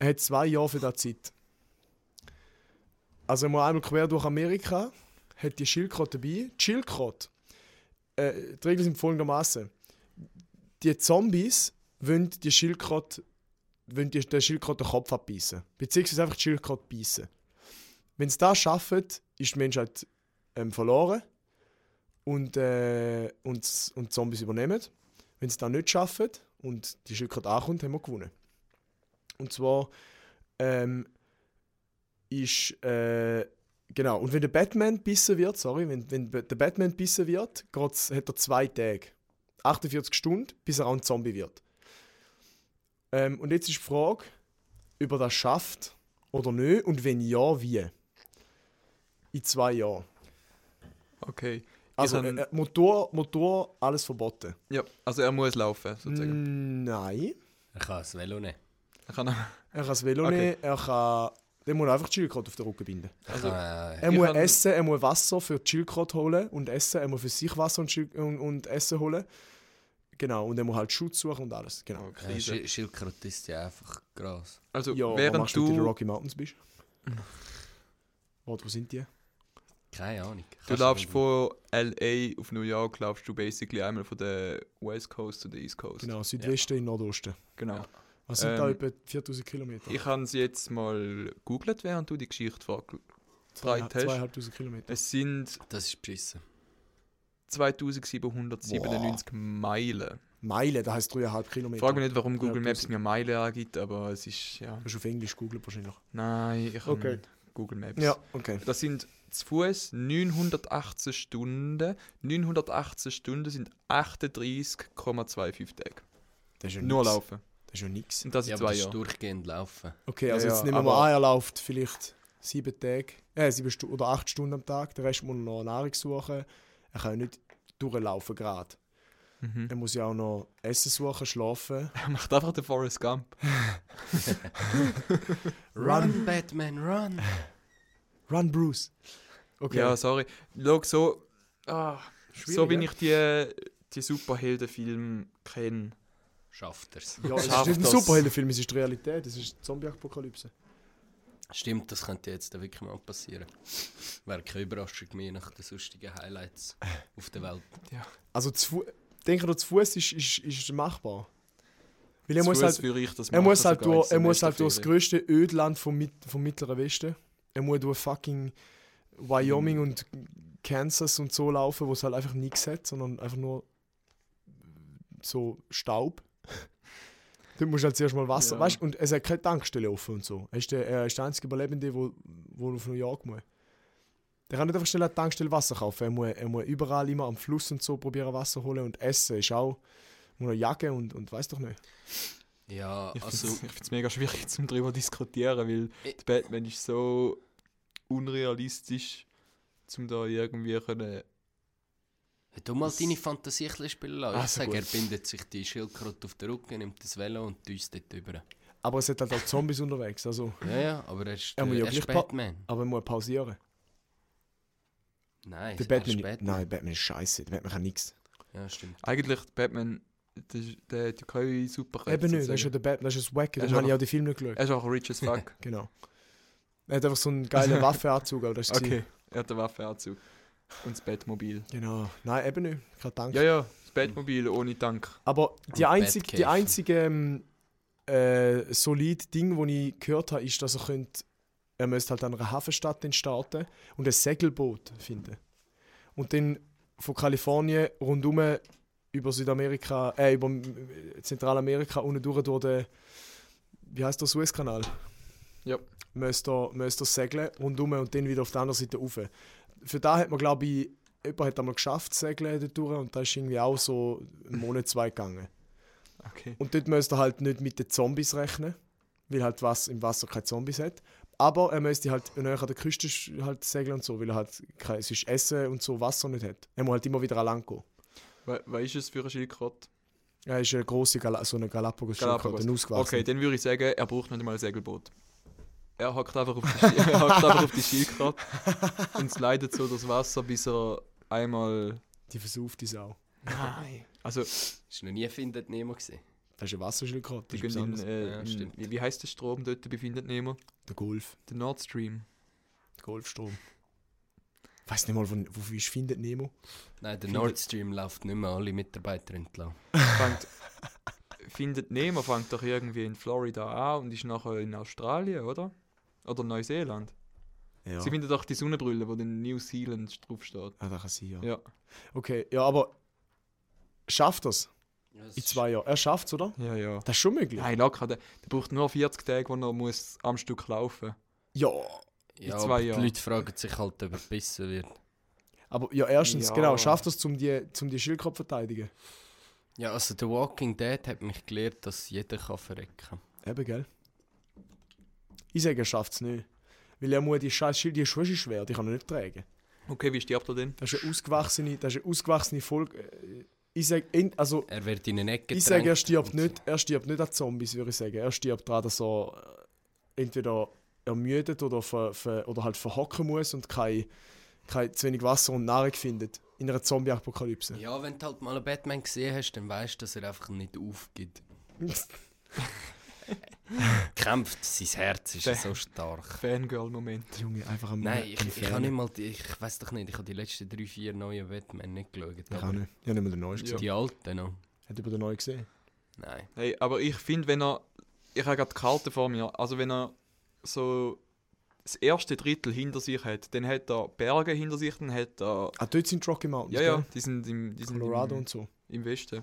[SPEAKER 2] Er hat zwei Jahre für diese Zeit. Also er muss einmal quer durch Amerika, hat die Schildkröte dabei. Die Schildkröte, äh, die Regeln sind folgendermaßen. Die Zombies wollen die Schildkröte, wollen die, der Schildkröte den Kopf abbeißen. Beziehungsweise einfach die Schildkröte beißen. Wenn sie das schaffen, ist die Menschheit ähm, verloren und, äh, und, s- und die Zombies übernehmen. Wenn sie das nicht schaffen und die Schildkröte ankommt, haben wir gewonnen. Und zwar ähm, ist. Äh, genau, und wenn der Batman bissen wird, sorry, wenn, wenn der Batman bissen wird, geht's, hat er zwei Tage. 48 Stunden, bis er auch ein Zombie wird. Ähm, und jetzt ist die Frage, ob er das schafft oder nicht und wenn ja, wie? In zwei Jahren.
[SPEAKER 1] Okay.
[SPEAKER 2] Also
[SPEAKER 1] Ich hab-
[SPEAKER 2] äh, Motor, Motor, alles verboten.
[SPEAKER 1] Ja, also er muss laufen, sozusagen.
[SPEAKER 2] Mm, Nein.
[SPEAKER 4] Er kann das Velo nehmen.
[SPEAKER 2] Mm.
[SPEAKER 1] Er kann auch-
[SPEAKER 2] Er kann das Velo
[SPEAKER 1] Okay.
[SPEAKER 2] nehmen, er kann. Der muss einfach die Schildkröte auf den Rücken binden.
[SPEAKER 4] Er
[SPEAKER 1] Also-
[SPEAKER 4] kann, äh,
[SPEAKER 2] Er
[SPEAKER 1] Ich
[SPEAKER 2] muss
[SPEAKER 1] kann-
[SPEAKER 2] essen, er muss Wasser für die Schildkröte holen und essen, er muss für sich Wasser und, Schil- und, und Essen holen. Genau, und er muss halt Schutz suchen und alles. Genau.
[SPEAKER 1] oh,
[SPEAKER 4] äh,
[SPEAKER 1] Krise.
[SPEAKER 4] Sch- Schildkröte ist ja einfach Gras.
[SPEAKER 1] Also
[SPEAKER 2] Ja, was
[SPEAKER 1] während
[SPEAKER 2] machst du, wenn du in den
[SPEAKER 1] du,
[SPEAKER 2] Rocky Mountains bist? Warte, wo sind die?
[SPEAKER 4] Keine Ahnung.
[SPEAKER 1] du laufst von LA auf New York, laufst du basically einmal von der West Coast zu der East Coast.
[SPEAKER 2] Genau, Südwesten in Nordosten.
[SPEAKER 1] Genau.
[SPEAKER 4] Ja.
[SPEAKER 2] Was sind
[SPEAKER 1] Ähm,
[SPEAKER 2] da etwa 4000 Kilometer?
[SPEAKER 1] Ich habe es jetzt mal gegoogelt, während du die Geschichte
[SPEAKER 2] Zwei-
[SPEAKER 1] vorgetragen hast.
[SPEAKER 2] 2500 Kilometer.
[SPEAKER 1] Es sind
[SPEAKER 4] Das ist beschissen.
[SPEAKER 1] 2797 Meilen.
[SPEAKER 2] Meilen, das heisst 3,5 Kilometer.
[SPEAKER 1] Frag mich nicht, warum Google
[SPEAKER 2] Ja,
[SPEAKER 1] Maps
[SPEAKER 2] tausend.
[SPEAKER 1] mir Meilen angibt, aber es ist, ja.
[SPEAKER 2] Du musst auf Englisch googeln wahrscheinlich.
[SPEAKER 1] Nein, ich habe
[SPEAKER 2] Okay.
[SPEAKER 1] Google Maps.
[SPEAKER 2] Ja, okay.
[SPEAKER 1] Das sind zu Fuß 918 Stunden. 918 Stunden sind 38,25 Tage.
[SPEAKER 2] Das ist ja
[SPEAKER 1] Nur
[SPEAKER 2] nix.
[SPEAKER 1] laufen.
[SPEAKER 2] Das ist ja nichts.
[SPEAKER 1] Und das in
[SPEAKER 4] Ja,
[SPEAKER 1] Also zwei
[SPEAKER 4] aber das ist
[SPEAKER 1] Jahren.
[SPEAKER 4] durchgehend laufen.
[SPEAKER 2] Okay,
[SPEAKER 1] Ja,
[SPEAKER 2] also
[SPEAKER 1] ja,
[SPEAKER 2] jetzt nehmen wir
[SPEAKER 1] aber-
[SPEAKER 2] mal an, er läuft vielleicht sieben Tage, äh, sieben Stu oder acht Stunden am Tag. Den Rest muss er noch Nahrung suchen. Er kann ja nicht durchlaufen gerade.
[SPEAKER 1] Mhm.
[SPEAKER 2] Er muss ja auch noch Essen suchen, schlafen.
[SPEAKER 1] Er macht einfach den Forrest Gump.
[SPEAKER 4] Run, Batman, run!
[SPEAKER 2] Run, Bruce! Okay.
[SPEAKER 1] Ja, sorry. Schau, so, ah, so wie
[SPEAKER 2] ja.
[SPEAKER 1] ich die, die Superheldenfilme kenne.
[SPEAKER 4] Schafft er's.
[SPEAKER 2] ja, es ist
[SPEAKER 1] schafft
[SPEAKER 2] nicht ein
[SPEAKER 1] das.
[SPEAKER 2] Superheldenfilm, es ist die Realität. Es ist die Zombie-Apokalypse.
[SPEAKER 4] Stimmt, das könnte jetzt da wirklich mal passieren. Wäre keine Überraschung mehr nach den sonstigen Highlights auf der Welt.
[SPEAKER 2] Also, zu Fu- denke ich, zu Fuß ist, ist, ist machbar. Weil er
[SPEAKER 1] Zu
[SPEAKER 2] muss
[SPEAKER 1] Fuss
[SPEAKER 2] halt
[SPEAKER 1] würde ich das
[SPEAKER 2] Er
[SPEAKER 1] machen,
[SPEAKER 2] muss halt,
[SPEAKER 1] sogar
[SPEAKER 2] durch,
[SPEAKER 1] in
[SPEAKER 2] er muss halt durch das
[SPEAKER 1] Semesterferien.
[SPEAKER 2] größte Ödland vom, Mit vom Mittleren Westen. Er muss durch fucking Wyoming und Kansas und so laufen, wo es halt einfach nichts hat, sondern einfach nur so Staub. Dort musst du halt zuerst mal Wasser.
[SPEAKER 1] Ja.
[SPEAKER 2] Weißt du, und es hat keine Tankstelle offen und so. Er ist der, er ist der einzige Überlebende, der wo, wo auf New York muss. Der kann nicht einfach schnell an der Tankstelle Wasser kaufen. Er muss, er muss überall immer am Fluss und so probieren Wasser holen und essen. Ist auch. Muss noch jagen und, und weiß doch nicht.
[SPEAKER 4] Ja,
[SPEAKER 1] Ich
[SPEAKER 4] also.
[SPEAKER 1] finde es mega schwierig, zum darüber zu diskutieren, weil
[SPEAKER 4] Ich-
[SPEAKER 1] der Batman ist so unrealistisch, um da irgendwie können...
[SPEAKER 4] Wenn du mal
[SPEAKER 1] Das-
[SPEAKER 4] deine Fantasie ein bisschen spielen lassen. Ich
[SPEAKER 1] Also
[SPEAKER 4] sage,
[SPEAKER 1] gut.
[SPEAKER 4] er bindet sich die Schildkröte auf den Rücken, nimmt das Velo und düst dort über.
[SPEAKER 2] Aber es hat halt auch Zombies unterwegs, also.
[SPEAKER 4] Ja, ja, aber er ist,
[SPEAKER 2] Er muss
[SPEAKER 4] äh,
[SPEAKER 2] ja
[SPEAKER 4] er ist
[SPEAKER 2] gleich pa-
[SPEAKER 4] Batman.
[SPEAKER 2] Aber man muss pausieren.
[SPEAKER 4] Nein,
[SPEAKER 2] Der
[SPEAKER 4] er
[SPEAKER 2] Batman,
[SPEAKER 4] ist Batman.
[SPEAKER 2] Nein, Batman ist scheiße. Der Batman kann nichts.
[SPEAKER 4] Ja, stimmt.
[SPEAKER 1] Eigentlich, der Batman, der, der hat ja keine Superkräfte.
[SPEAKER 2] Eben nicht, das ist ja
[SPEAKER 1] sozusagen.
[SPEAKER 2] der Batman, das ist das Wacken.
[SPEAKER 1] Er ist
[SPEAKER 2] Dann habe ich
[SPEAKER 1] einfach-
[SPEAKER 2] auch die Filme nicht geschaut.
[SPEAKER 1] Er ist auch rich as fuck.
[SPEAKER 2] Genau. Er hat einfach so einen geilen Waffenanzug, aber das ist
[SPEAKER 1] okay, er hat den Waffenanzug. Und das Batmobil.
[SPEAKER 2] Genau. Nein, eben nicht. Keine Dank.
[SPEAKER 1] Ja, ja, das Batmobil ohne Tank.
[SPEAKER 2] Aber die
[SPEAKER 4] Und
[SPEAKER 2] einzige, die
[SPEAKER 4] Batcave.
[SPEAKER 2] einzige ähm, äh, solides Ding, das ich gehört habe, ist, dass er könnt, er müsste halt an einer Hafenstadt in Staaten und ein Segelboot finden. Und dann von Kalifornien rundum über Südamerika, äh, über äh, Zentralamerika unten durch, durch den, wie heißt der Suezkanal?
[SPEAKER 1] Ja.
[SPEAKER 2] Müsst ihr, müsst ihr segeln rundum und dann wieder auf der anderen Seite rauf. Für da hat man, glaube ich, jemand hat einmal geschafft, segeln dort durch, und da ist irgendwie auch so einen Monat, zwei gegangen.
[SPEAKER 1] Okay.
[SPEAKER 2] Und dort müsst ihr halt nicht mit den Zombies rechnen, weil halt was im Wasser keine Zombies hat. Aber er müsste halt näher an der Küste sch- halt segeln und so, weil er halt kein sonst Essen und so Wasser nicht hat. Er muss halt immer wieder an Land gehen.
[SPEAKER 1] We weißt du es für ein Schildkröte?
[SPEAKER 2] Er ist eine grosse Gala so eine galapagos
[SPEAKER 1] Galapagos.
[SPEAKER 2] ein ausgewachsen.
[SPEAKER 1] Okay, dann würde ich sagen, er braucht nicht mal ein Segelboot. Er hockt einfach auf die, Sch- er hockt einfach auf die Schildkröte und slidet so durchs Wasser, bis er einmal.
[SPEAKER 2] Die versucht ist auch.
[SPEAKER 1] Nein. Also,
[SPEAKER 4] Ist noch nie findet niemand gesehen.
[SPEAKER 2] Das ist ein Wasserschildkröte,
[SPEAKER 1] die
[SPEAKER 2] das ist
[SPEAKER 1] gehen
[SPEAKER 2] was
[SPEAKER 1] in,
[SPEAKER 2] anderes.
[SPEAKER 1] äh,
[SPEAKER 4] Ja,
[SPEAKER 1] in-
[SPEAKER 4] stimmt.
[SPEAKER 1] wie, wie heißt der Strom dort, befindet niemand?
[SPEAKER 2] Der Golf,
[SPEAKER 1] Der Nord Stream.
[SPEAKER 2] der Golfstrom. Ich weiß nicht mal, wo, wo wie ist findet Nemo?
[SPEAKER 4] Nein, der Nord Stream läuft nicht mehr alle Mitarbeiter entlang.
[SPEAKER 1] Fängt, findet niemand, fängt doch irgendwie in Florida an und ist nachher in Australien, oder? Oder Neuseeland.
[SPEAKER 2] Ja.
[SPEAKER 1] Sie finden doch die Sonnenbrille, wo dann New Zealand draufsteht.
[SPEAKER 2] Ah, das kann sein, ja.
[SPEAKER 1] Ja.
[SPEAKER 2] Okay, ja, aber schafft das in
[SPEAKER 4] Ich
[SPEAKER 2] zwei Jahren? Er schafft es, oder?
[SPEAKER 1] Ja, ja.
[SPEAKER 2] Das ist schon möglich.
[SPEAKER 1] Nein, locker, der, der braucht nur 40 Tage, wo er muss am Stück laufen
[SPEAKER 2] Ja,
[SPEAKER 4] ja,
[SPEAKER 1] in zwei
[SPEAKER 4] aber die
[SPEAKER 1] Jahren.
[SPEAKER 4] Leute fragen sich halt, ob er gebissen wird.
[SPEAKER 2] aber ja, erstens,
[SPEAKER 1] Ja.
[SPEAKER 2] genau, schafft das, um die, um die Schildkröte zu verteidigen?
[SPEAKER 4] Ja, also The Walking Dead hat mich gelehrt, dass jeder kann verrecken kann.
[SPEAKER 2] Eben, gell? Ich sage, er schafft es nicht. Weil er muss die scheiß Schild, die Schuhe ist schwer, die kann er nicht tragen.
[SPEAKER 1] muss. Okay, wie stirbt er denn?
[SPEAKER 2] Das ist eine ausgewachsene, das ist eine ausgewachsene Folge. Äh, Ich sage, also,
[SPEAKER 4] Er wird in eine Ecke
[SPEAKER 2] ich sage, er
[SPEAKER 4] gedrängt
[SPEAKER 2] stirbt
[SPEAKER 4] und so.
[SPEAKER 2] nicht, er stirbt nicht an Zombies, würde ich sagen. Er stirbt daran, dass er äh, entweder ermüdet oder, ver, ver, oder halt verhocken muss und kein, kein, zu wenig Wasser und Nahrung findet. In einer Zombie-Apokalypse.
[SPEAKER 4] Ja, wenn du halt mal einen Batman gesehen hast, dann weißt du, dass er einfach nicht aufgibt. Kämpft, sein Herz ist
[SPEAKER 1] Der-
[SPEAKER 4] so stark.
[SPEAKER 1] Fangirl-Moment.
[SPEAKER 2] Junge, einfach am
[SPEAKER 4] Nein, ich, ich habe nicht mal, die, ich weiß doch nicht, ich habe die letzten drei, vier neuen Batman nicht geschaut.
[SPEAKER 2] Ich
[SPEAKER 4] aber
[SPEAKER 2] habe nicht. Ich habe nicht mal den Neuen gesehen.
[SPEAKER 4] Die alten noch?
[SPEAKER 2] Hat über den Neuen gesehen?
[SPEAKER 4] Nein.
[SPEAKER 1] Hey, aber ich finde, wenn er. Ich habe gerade die Karte vor mir. Also, wenn er so das erste Drittel hinter sich hat, dann hat er Berge hinter sich, dann hat er.
[SPEAKER 2] Ah, dort sind die Rocky Mountains,
[SPEAKER 1] Ja, ja,
[SPEAKER 2] gell?
[SPEAKER 1] die sind im, die sind
[SPEAKER 2] Colorado
[SPEAKER 1] im,
[SPEAKER 2] und so.
[SPEAKER 1] im Westen.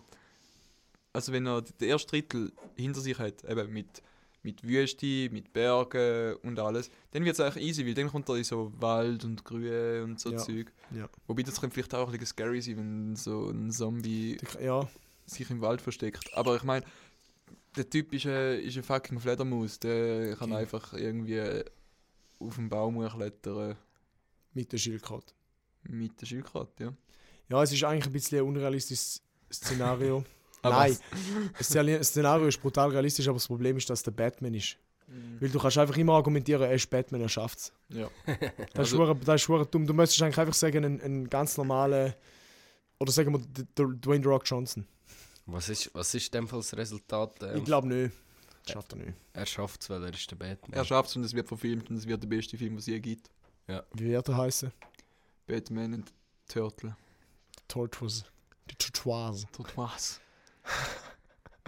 [SPEAKER 1] Also, wenn er das erste Drittel hinter sich hat, eben mit, mit Wüste, mit Bergen und alles, dann wird es eigentlich easy, weil dann kommt er in so Wald und Grün und so
[SPEAKER 2] Ja,
[SPEAKER 1] Zeug.
[SPEAKER 2] ja.
[SPEAKER 1] Wobei das könnte vielleicht auch ein bisschen scary sein, wenn so ein Zombie
[SPEAKER 2] Die- Ja,
[SPEAKER 1] sich im Wald versteckt. Aber ich meine, der Typ ist ein, ist ein fucking Fledermaus. Der kann
[SPEAKER 2] Ja.
[SPEAKER 1] einfach irgendwie auf den Baum klettern
[SPEAKER 2] mit der Schildkröte.
[SPEAKER 1] mit der Schildkröte, ja.
[SPEAKER 2] Ja, es ist eigentlich ein bisschen ein unrealistisches Szenario.
[SPEAKER 1] Aber
[SPEAKER 2] Nein, das Szen- Szenario ist brutal realistisch, aber das Problem ist, dass der Batman ist. Weil du kannst einfach immer argumentieren, er ist Batman, er schafft es.
[SPEAKER 1] Ja.
[SPEAKER 2] Das ist hure- das ist hure dumm. Du müsstest eigentlich einfach sagen, ein, ein ganz normaler... Oder sagen wir D- D- Dwayne The Rock Johnson.
[SPEAKER 4] Was ist, was ist in dem Fall das Resultat? Ähm,
[SPEAKER 2] Ich glaube nicht. Das schafft er nicht.
[SPEAKER 4] er schafft es, weil er ist der Batman.
[SPEAKER 1] Er schafft es und es wird verfilmt und es wird der beste Film, den es je gibt.
[SPEAKER 2] Wie wird er heißen?
[SPEAKER 1] Batman und Turtle.
[SPEAKER 2] Tortoise. Die Tortoise.
[SPEAKER 1] Turtmas.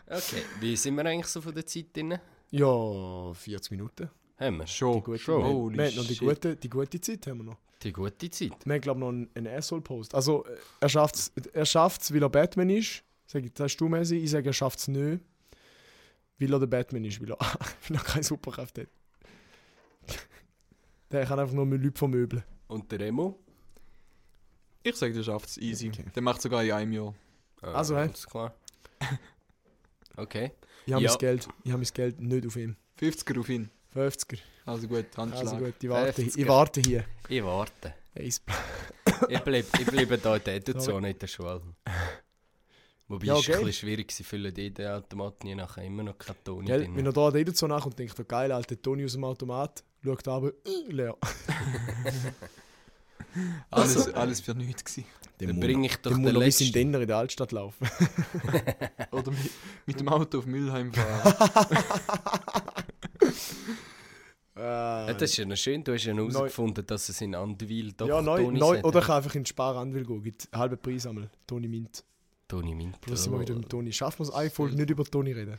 [SPEAKER 4] okay, wie sind wir eigentlich so von der Zeit drin?
[SPEAKER 2] Ja, 40 Minuten.
[SPEAKER 4] Haben wir
[SPEAKER 1] Schon,
[SPEAKER 2] gute-
[SPEAKER 1] schon. Holy
[SPEAKER 2] wir haben noch die
[SPEAKER 1] shit.
[SPEAKER 2] gute, die gute Zeit haben wir noch.
[SPEAKER 4] die gute Zeit?
[SPEAKER 2] Wir haben, glaube ich, noch einen, einen Asshole-Post. Also, äh, er schafft es, er schafft's, weil er Batman ist. Sag ich, das hast du, Messi. Ich sage, er schafft es nicht, weil er der Batman ist, weil er, weil er keine Superkraft hat. der kann einfach nur mit Leuten vermöbeln.
[SPEAKER 4] Und der Remo?
[SPEAKER 1] Ich sage, der schafft es easy.
[SPEAKER 2] Okay.
[SPEAKER 1] Der macht sogar in einem Jahr.
[SPEAKER 4] Ah,
[SPEAKER 2] Also, hey.
[SPEAKER 4] Alles klar. Okay.
[SPEAKER 2] Ich habe
[SPEAKER 4] Ja.
[SPEAKER 2] mein Geld, ich habe mein Geld nicht auf ihn.
[SPEAKER 1] 50er auf ihn.
[SPEAKER 2] 50er.
[SPEAKER 1] Also gut, Handschlag.
[SPEAKER 2] Also gut, ich warte,
[SPEAKER 4] 50er.
[SPEAKER 2] ich warte hier.
[SPEAKER 4] Ich warte.
[SPEAKER 2] Eins.
[SPEAKER 4] Ich bleibe ich bleib da in der Education, in der Schule. Wobei
[SPEAKER 2] Ja,
[SPEAKER 4] es ist ein
[SPEAKER 2] okay.
[SPEAKER 4] bisschen schwierig, sie füllen in den Automaten je nachher immer noch keine Toni
[SPEAKER 2] Gell, wenn
[SPEAKER 4] drin.
[SPEAKER 2] er da an der so nachkommt, denkt er, geil, alter Toni aus dem Automat, schaut aber äh, leer.
[SPEAKER 1] Alles,
[SPEAKER 2] Also-
[SPEAKER 1] alles für nichts gewesen.
[SPEAKER 4] Dann bringe ich doch
[SPEAKER 2] den
[SPEAKER 4] den
[SPEAKER 2] muss noch bis in
[SPEAKER 4] letzten...
[SPEAKER 2] Denner in der Altstadt laufen.
[SPEAKER 1] Oder mit, mit dem Auto auf Müllheim fahren.
[SPEAKER 4] Ja, das ist ja noch schön, du hast ja noch
[SPEAKER 2] Neu-
[SPEAKER 4] herausgefunden, dass es in Andwil doch
[SPEAKER 2] ja, neu,
[SPEAKER 4] Tonis
[SPEAKER 2] neu
[SPEAKER 4] hat.
[SPEAKER 2] oder ich kann einfach in den Spar Anwil gehen, gibt halben Preis einmal. Toni Mint.
[SPEAKER 4] Toni Minter.
[SPEAKER 2] Plus immer wieder mit Toni. Schaffen wir es einfach nicht über Toni reden.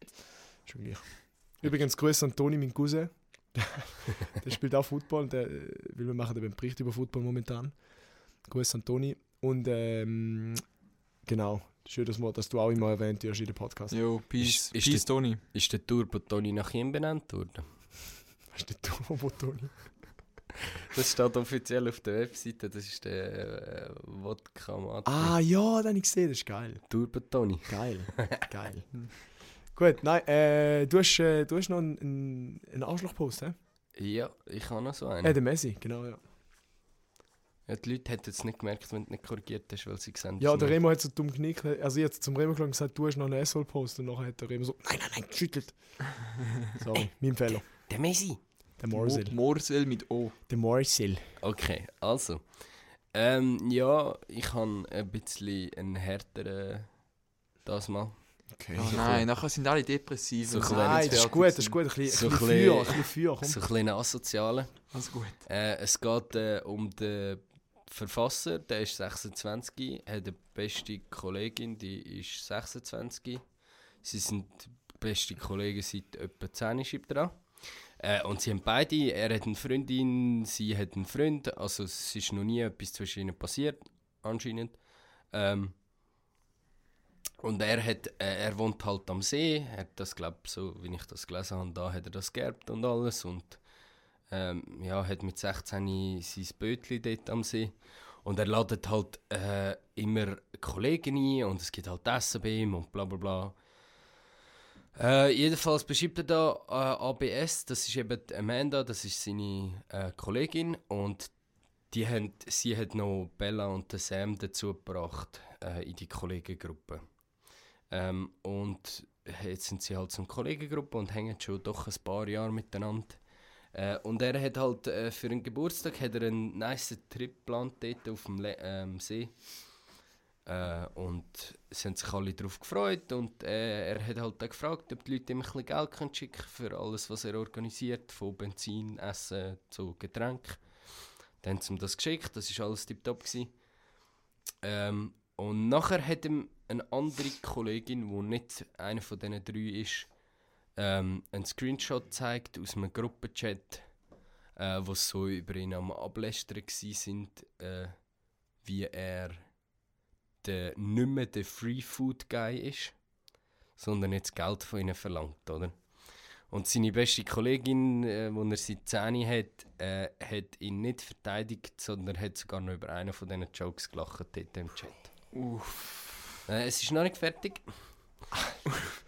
[SPEAKER 2] Ist schon gleich. Übrigens, Grüße an Toni, mein Cousin. der spielt auch Football, und der, äh, weil wir machen eben einen Bericht über Football momentan. Grüße an Toni. Und ähm, genau, schön, dass, wir, dass du auch immer erwähnt wirst in den Podcast.
[SPEAKER 1] Jo, Peace,
[SPEAKER 4] Ist- ist
[SPEAKER 1] Peace
[SPEAKER 4] die-
[SPEAKER 1] Toni.
[SPEAKER 4] Ist der Turbo Toni nach ihm benannt worden?
[SPEAKER 2] Hast du den Turbo, Toni?
[SPEAKER 4] Das steht offiziell auf der Webseite, das ist der äh, Wodka Mate.
[SPEAKER 2] Ah ja, den habe ich gesehen, das ist geil.
[SPEAKER 4] Turbo Toni.
[SPEAKER 2] Geil, geil. Gut, nein, äh, du, hast, äh, du hast noch einen, einen, einen Arschloch-Post, hä?
[SPEAKER 4] Ja, ich habe noch so einen.
[SPEAKER 2] Äh, der Messi, genau, ja.
[SPEAKER 4] Ja, die Leute hätten jetzt nicht gemerkt, wenn du nicht korrigiert hast, weil sie gesehen
[SPEAKER 2] Ja,
[SPEAKER 4] haben.
[SPEAKER 2] der Remo hat so dumm genickt. Also ich habe zum Remo geschlagen und gesagt, du hast noch einen Asshole-Post. Und nachher hat der Remo so, nein, nein, nein, geschüttelt. Sorry, mein Fehler.
[SPEAKER 4] Der Messi!
[SPEAKER 2] Der Morsil.
[SPEAKER 1] Mo- Morsil mit O.
[SPEAKER 2] Der Morsil.
[SPEAKER 4] Okay, also. Ähm, ja, ich habe ein bisschen einen härteren. Das mal.
[SPEAKER 2] Okay.
[SPEAKER 1] Oh nein, nachher sind alle depressiv. Also
[SPEAKER 4] So
[SPEAKER 1] und sind
[SPEAKER 4] klein.
[SPEAKER 1] alle
[SPEAKER 2] Nein, das ist
[SPEAKER 1] fertig
[SPEAKER 2] gut, das
[SPEAKER 1] sind.
[SPEAKER 2] ist gut. Ein bisschen,
[SPEAKER 4] So
[SPEAKER 2] ein bisschen
[SPEAKER 4] ein bisschen-
[SPEAKER 2] Feuer, ein bisschen Feuer, komm.
[SPEAKER 4] So ein bisschen asozialen.
[SPEAKER 1] Alles gut.
[SPEAKER 4] Äh, es geht äh, um den Verfasser, der ist 26, hat eine beste Kollegin, die ist 26. Sie sind beste Kollegen seit etwa 10 Jahren dran. Äh, und sie haben beide, er hat eine Freundin, sie hat einen Freund, also es ist noch nie etwas zwischen ihnen passiert, anscheinend. Ähm, und er hat, äh, er wohnt halt am See, er hat das glaub so, wie ich das gelesen habe, da hat er das geerbt und alles und ähm, ja, hat mit 16 sein Bötli dort am See. Und er ladet halt äh, immer Kollegen ein und es gibt halt Essen bei ihm und bla bla bla. Äh, jedenfalls beschreibt er da äh, ABS, das ist eben die Amanda, das ist seine äh, Kollegin und die haben, sie hat noch Bella und den Sam dazu gebracht äh, in die Kollegengruppe. Ähm, und jetzt sind sie halt zum Kollegengruppe und hängen schon doch ein paar Jahre miteinander. Äh, und er hat halt äh, für einen Geburtstag hat er einen nice Trip geplant dort auf dem Le ähm, See. Äh, und es haben sich alle darauf gefreut und äh, er hat halt auch gefragt, ob die Leute ihm ein bisschen Geld können schicken für alles, was er organisiert, von Benzin, Essen zu Getränk. Dann haben sie ihm das geschickt, das war alles tiptop. gewesen. Ähm, und nachher hat ihm eine andere Kollegin, die nicht einer von diesen drei ist, ähm, einen Screenshot gezeigt aus einem Gruppenchat, äh, wo sie so über ihn am Ablästern gsi sind, äh, wie er der, nicht mehr der Free Food Guy ist, sondern jetzt Geld von ihnen verlangt, oder? Und seine beste Kollegin, äh, die er seit 10 hat, äh, hat ihn nicht verteidigt, sondern hat sogar noch über einen von diesen Jokes gelacht dort im Chat. Uff. Äh, es ist noch nicht fertig.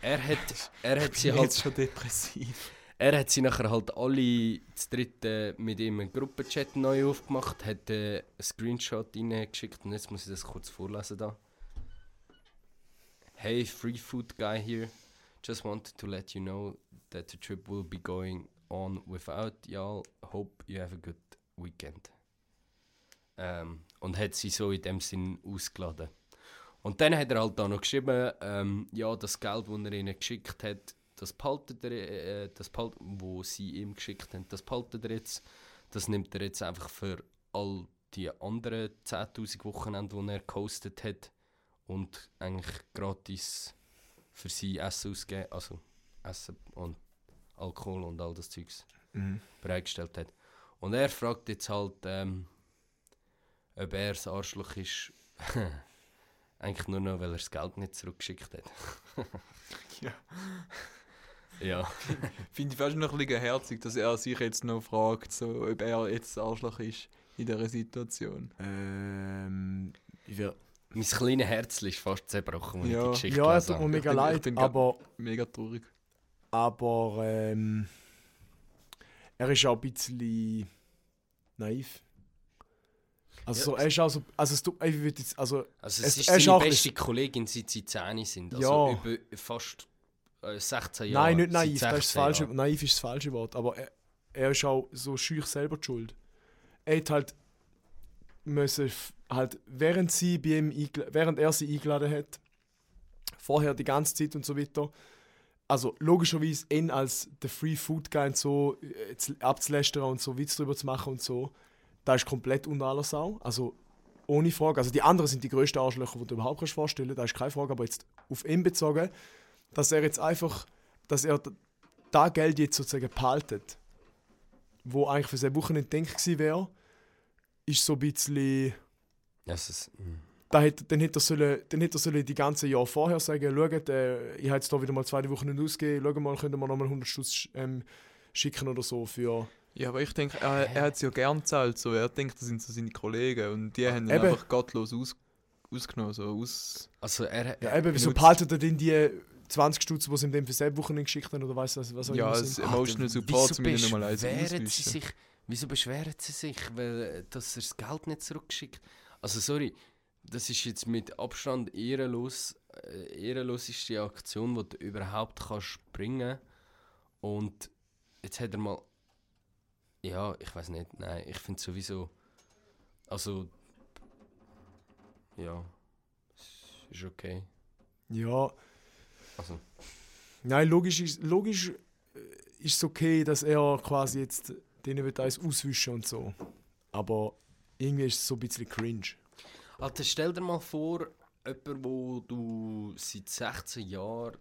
[SPEAKER 4] er hat, er hat sie
[SPEAKER 1] Ich bin
[SPEAKER 4] halt
[SPEAKER 1] jetzt schon depressiv.
[SPEAKER 4] er hat sie nachher halt alle zu dritt äh, mit ihm einen Gruppenchat neu aufgemacht, hat äh, einen Screenshot reingeschickt und jetzt muss ich das kurz vorlesen da. Hey, free food guy here. Just wanted to let you know that the trip will be going on without y'all. Hope you have a good weekend. Ähm, und hat sie so in dem Sinn ausgeladen. Und dann hat er halt auch noch geschrieben, ähm, ja, das Geld, das er ihnen geschickt hat, das behaltet er, äh, das behalt, wo sie ihm geschickt haben, das behaltet er jetzt. Das nimmt er jetzt einfach für all die anderen 10.000 Wochenende, die er gehostet hat und eigentlich gratis für sie Essen ausgeben, also Essen und Alkohol und all das Zeugs bereitgestellt hat. Und er fragt jetzt halt, ähm, ob er das Arschloch ist, eigentlich nur noch, weil er das Geld nicht zurückgeschickt hat.
[SPEAKER 1] Ja.
[SPEAKER 4] Ja.
[SPEAKER 1] Finde ich fast noch ein bisschen herzig, dass er sich jetzt noch fragt, so, ob er jetzt das Arschloch ist in dieser Situation.
[SPEAKER 2] Ähm, ich wär,
[SPEAKER 4] Mein kleines Herzchen ist fast zerbrochen, als
[SPEAKER 1] Ja.
[SPEAKER 4] ich die Geschichte
[SPEAKER 2] ja, also, um- es
[SPEAKER 4] gelesen
[SPEAKER 2] tut mir
[SPEAKER 4] habe.
[SPEAKER 2] mega
[SPEAKER 1] Ich bin- ich
[SPEAKER 2] leid,
[SPEAKER 1] bin grad- Mega traurig.
[SPEAKER 2] aber, aber ähm, er ist auch ein bisschen naiv. Also, so, er ist auch so, also, es tut- ich würde jetzt, also,
[SPEAKER 4] Also
[SPEAKER 2] Es-
[SPEAKER 4] es,
[SPEAKER 2] er
[SPEAKER 4] ist
[SPEAKER 2] ist
[SPEAKER 4] seine
[SPEAKER 2] auch ein
[SPEAKER 4] beste Kollegin, seit sie 10 sind.
[SPEAKER 2] Ja.
[SPEAKER 4] Also über fast äh, 16 Jahre.
[SPEAKER 2] Nein, nicht
[SPEAKER 4] Seit
[SPEAKER 2] naiv, das ist das
[SPEAKER 4] 16
[SPEAKER 2] falsche,
[SPEAKER 4] Jahren.
[SPEAKER 2] naiv ist das falsche Wort, aber er, er ist auch so schüch selber die schuld. Er hat halt müssen f- halt während sie bei ihm eingel- während er sie eingeladen hat, vorher die ganze Zeit und so weiter. Also logischerweise ihn als der Free Food Guy und so äh, zu- abzulästern und so Witz drüber zu machen und so, da ist komplett unter aller Sau. Also ohne Frage. Also die anderen sind die größten Arschlöcher, die du überhaupt kannst vorstellen. Da ist keine Frage, aber jetzt auf ihn bezogen, dass er jetzt einfach dass er d- das Geld jetzt sozusagen behaltet, wo eigentlich für seine Wochenende denkt gewesen wäre, ist so ein bisschen.
[SPEAKER 4] Das ist, mhm.
[SPEAKER 2] Da hätte, dann hätte er, sollen, dann hätte er sollen die ganzen Jahre vorher sagen schaut, äh, ich habe jetzt hier wieder mal zwei Wochen nicht ausgegeben, schaut mal, können wir nochmal 100 Stutz sch- ähm, schicken oder so für...
[SPEAKER 1] Ja, aber ich denke, er, er hat es ja gern gezahlt. So. Er denkt, das sind so seine Kollegen. Und die haben ihn
[SPEAKER 2] Eben.
[SPEAKER 1] einfach gottlos aus, ausgenommen. So aus
[SPEAKER 4] Also er,
[SPEAKER 2] Ja, eben, wieso
[SPEAKER 1] benutzt-
[SPEAKER 2] behaltet er denn die 20 Stutz, die sie ihm dann für selbe Wochenende geschickt haben oder weiss, was, was auch
[SPEAKER 1] ja,
[SPEAKER 2] immer
[SPEAKER 1] als
[SPEAKER 2] Also, sind?
[SPEAKER 1] Emotional Support, um ihn nochmal eins
[SPEAKER 4] beschweren sie
[SPEAKER 1] auswischen.
[SPEAKER 4] sich, Wieso beschweren sie sich, weil, äh, dass er das Geld nicht zurückgeschickt Also sorry, das ist jetzt mit Abstand ehrenlos, äh, ehrenloseste Aktion, die du überhaupt kannst bringen Und jetzt hat er mal... Ja, ich weiß nicht, nein, ich finde sowieso... Also... Ja, es ist okay.
[SPEAKER 2] Ja,
[SPEAKER 4] Also,
[SPEAKER 2] nein, logisch ist, logisch äh, ist es okay, dass er quasi jetzt denen wird eins auswischen und so. Aber irgendwie ist es so ein bisschen cringe.
[SPEAKER 4] Alter, stell dir mal vor, jemand, wo du seit 16 Jahren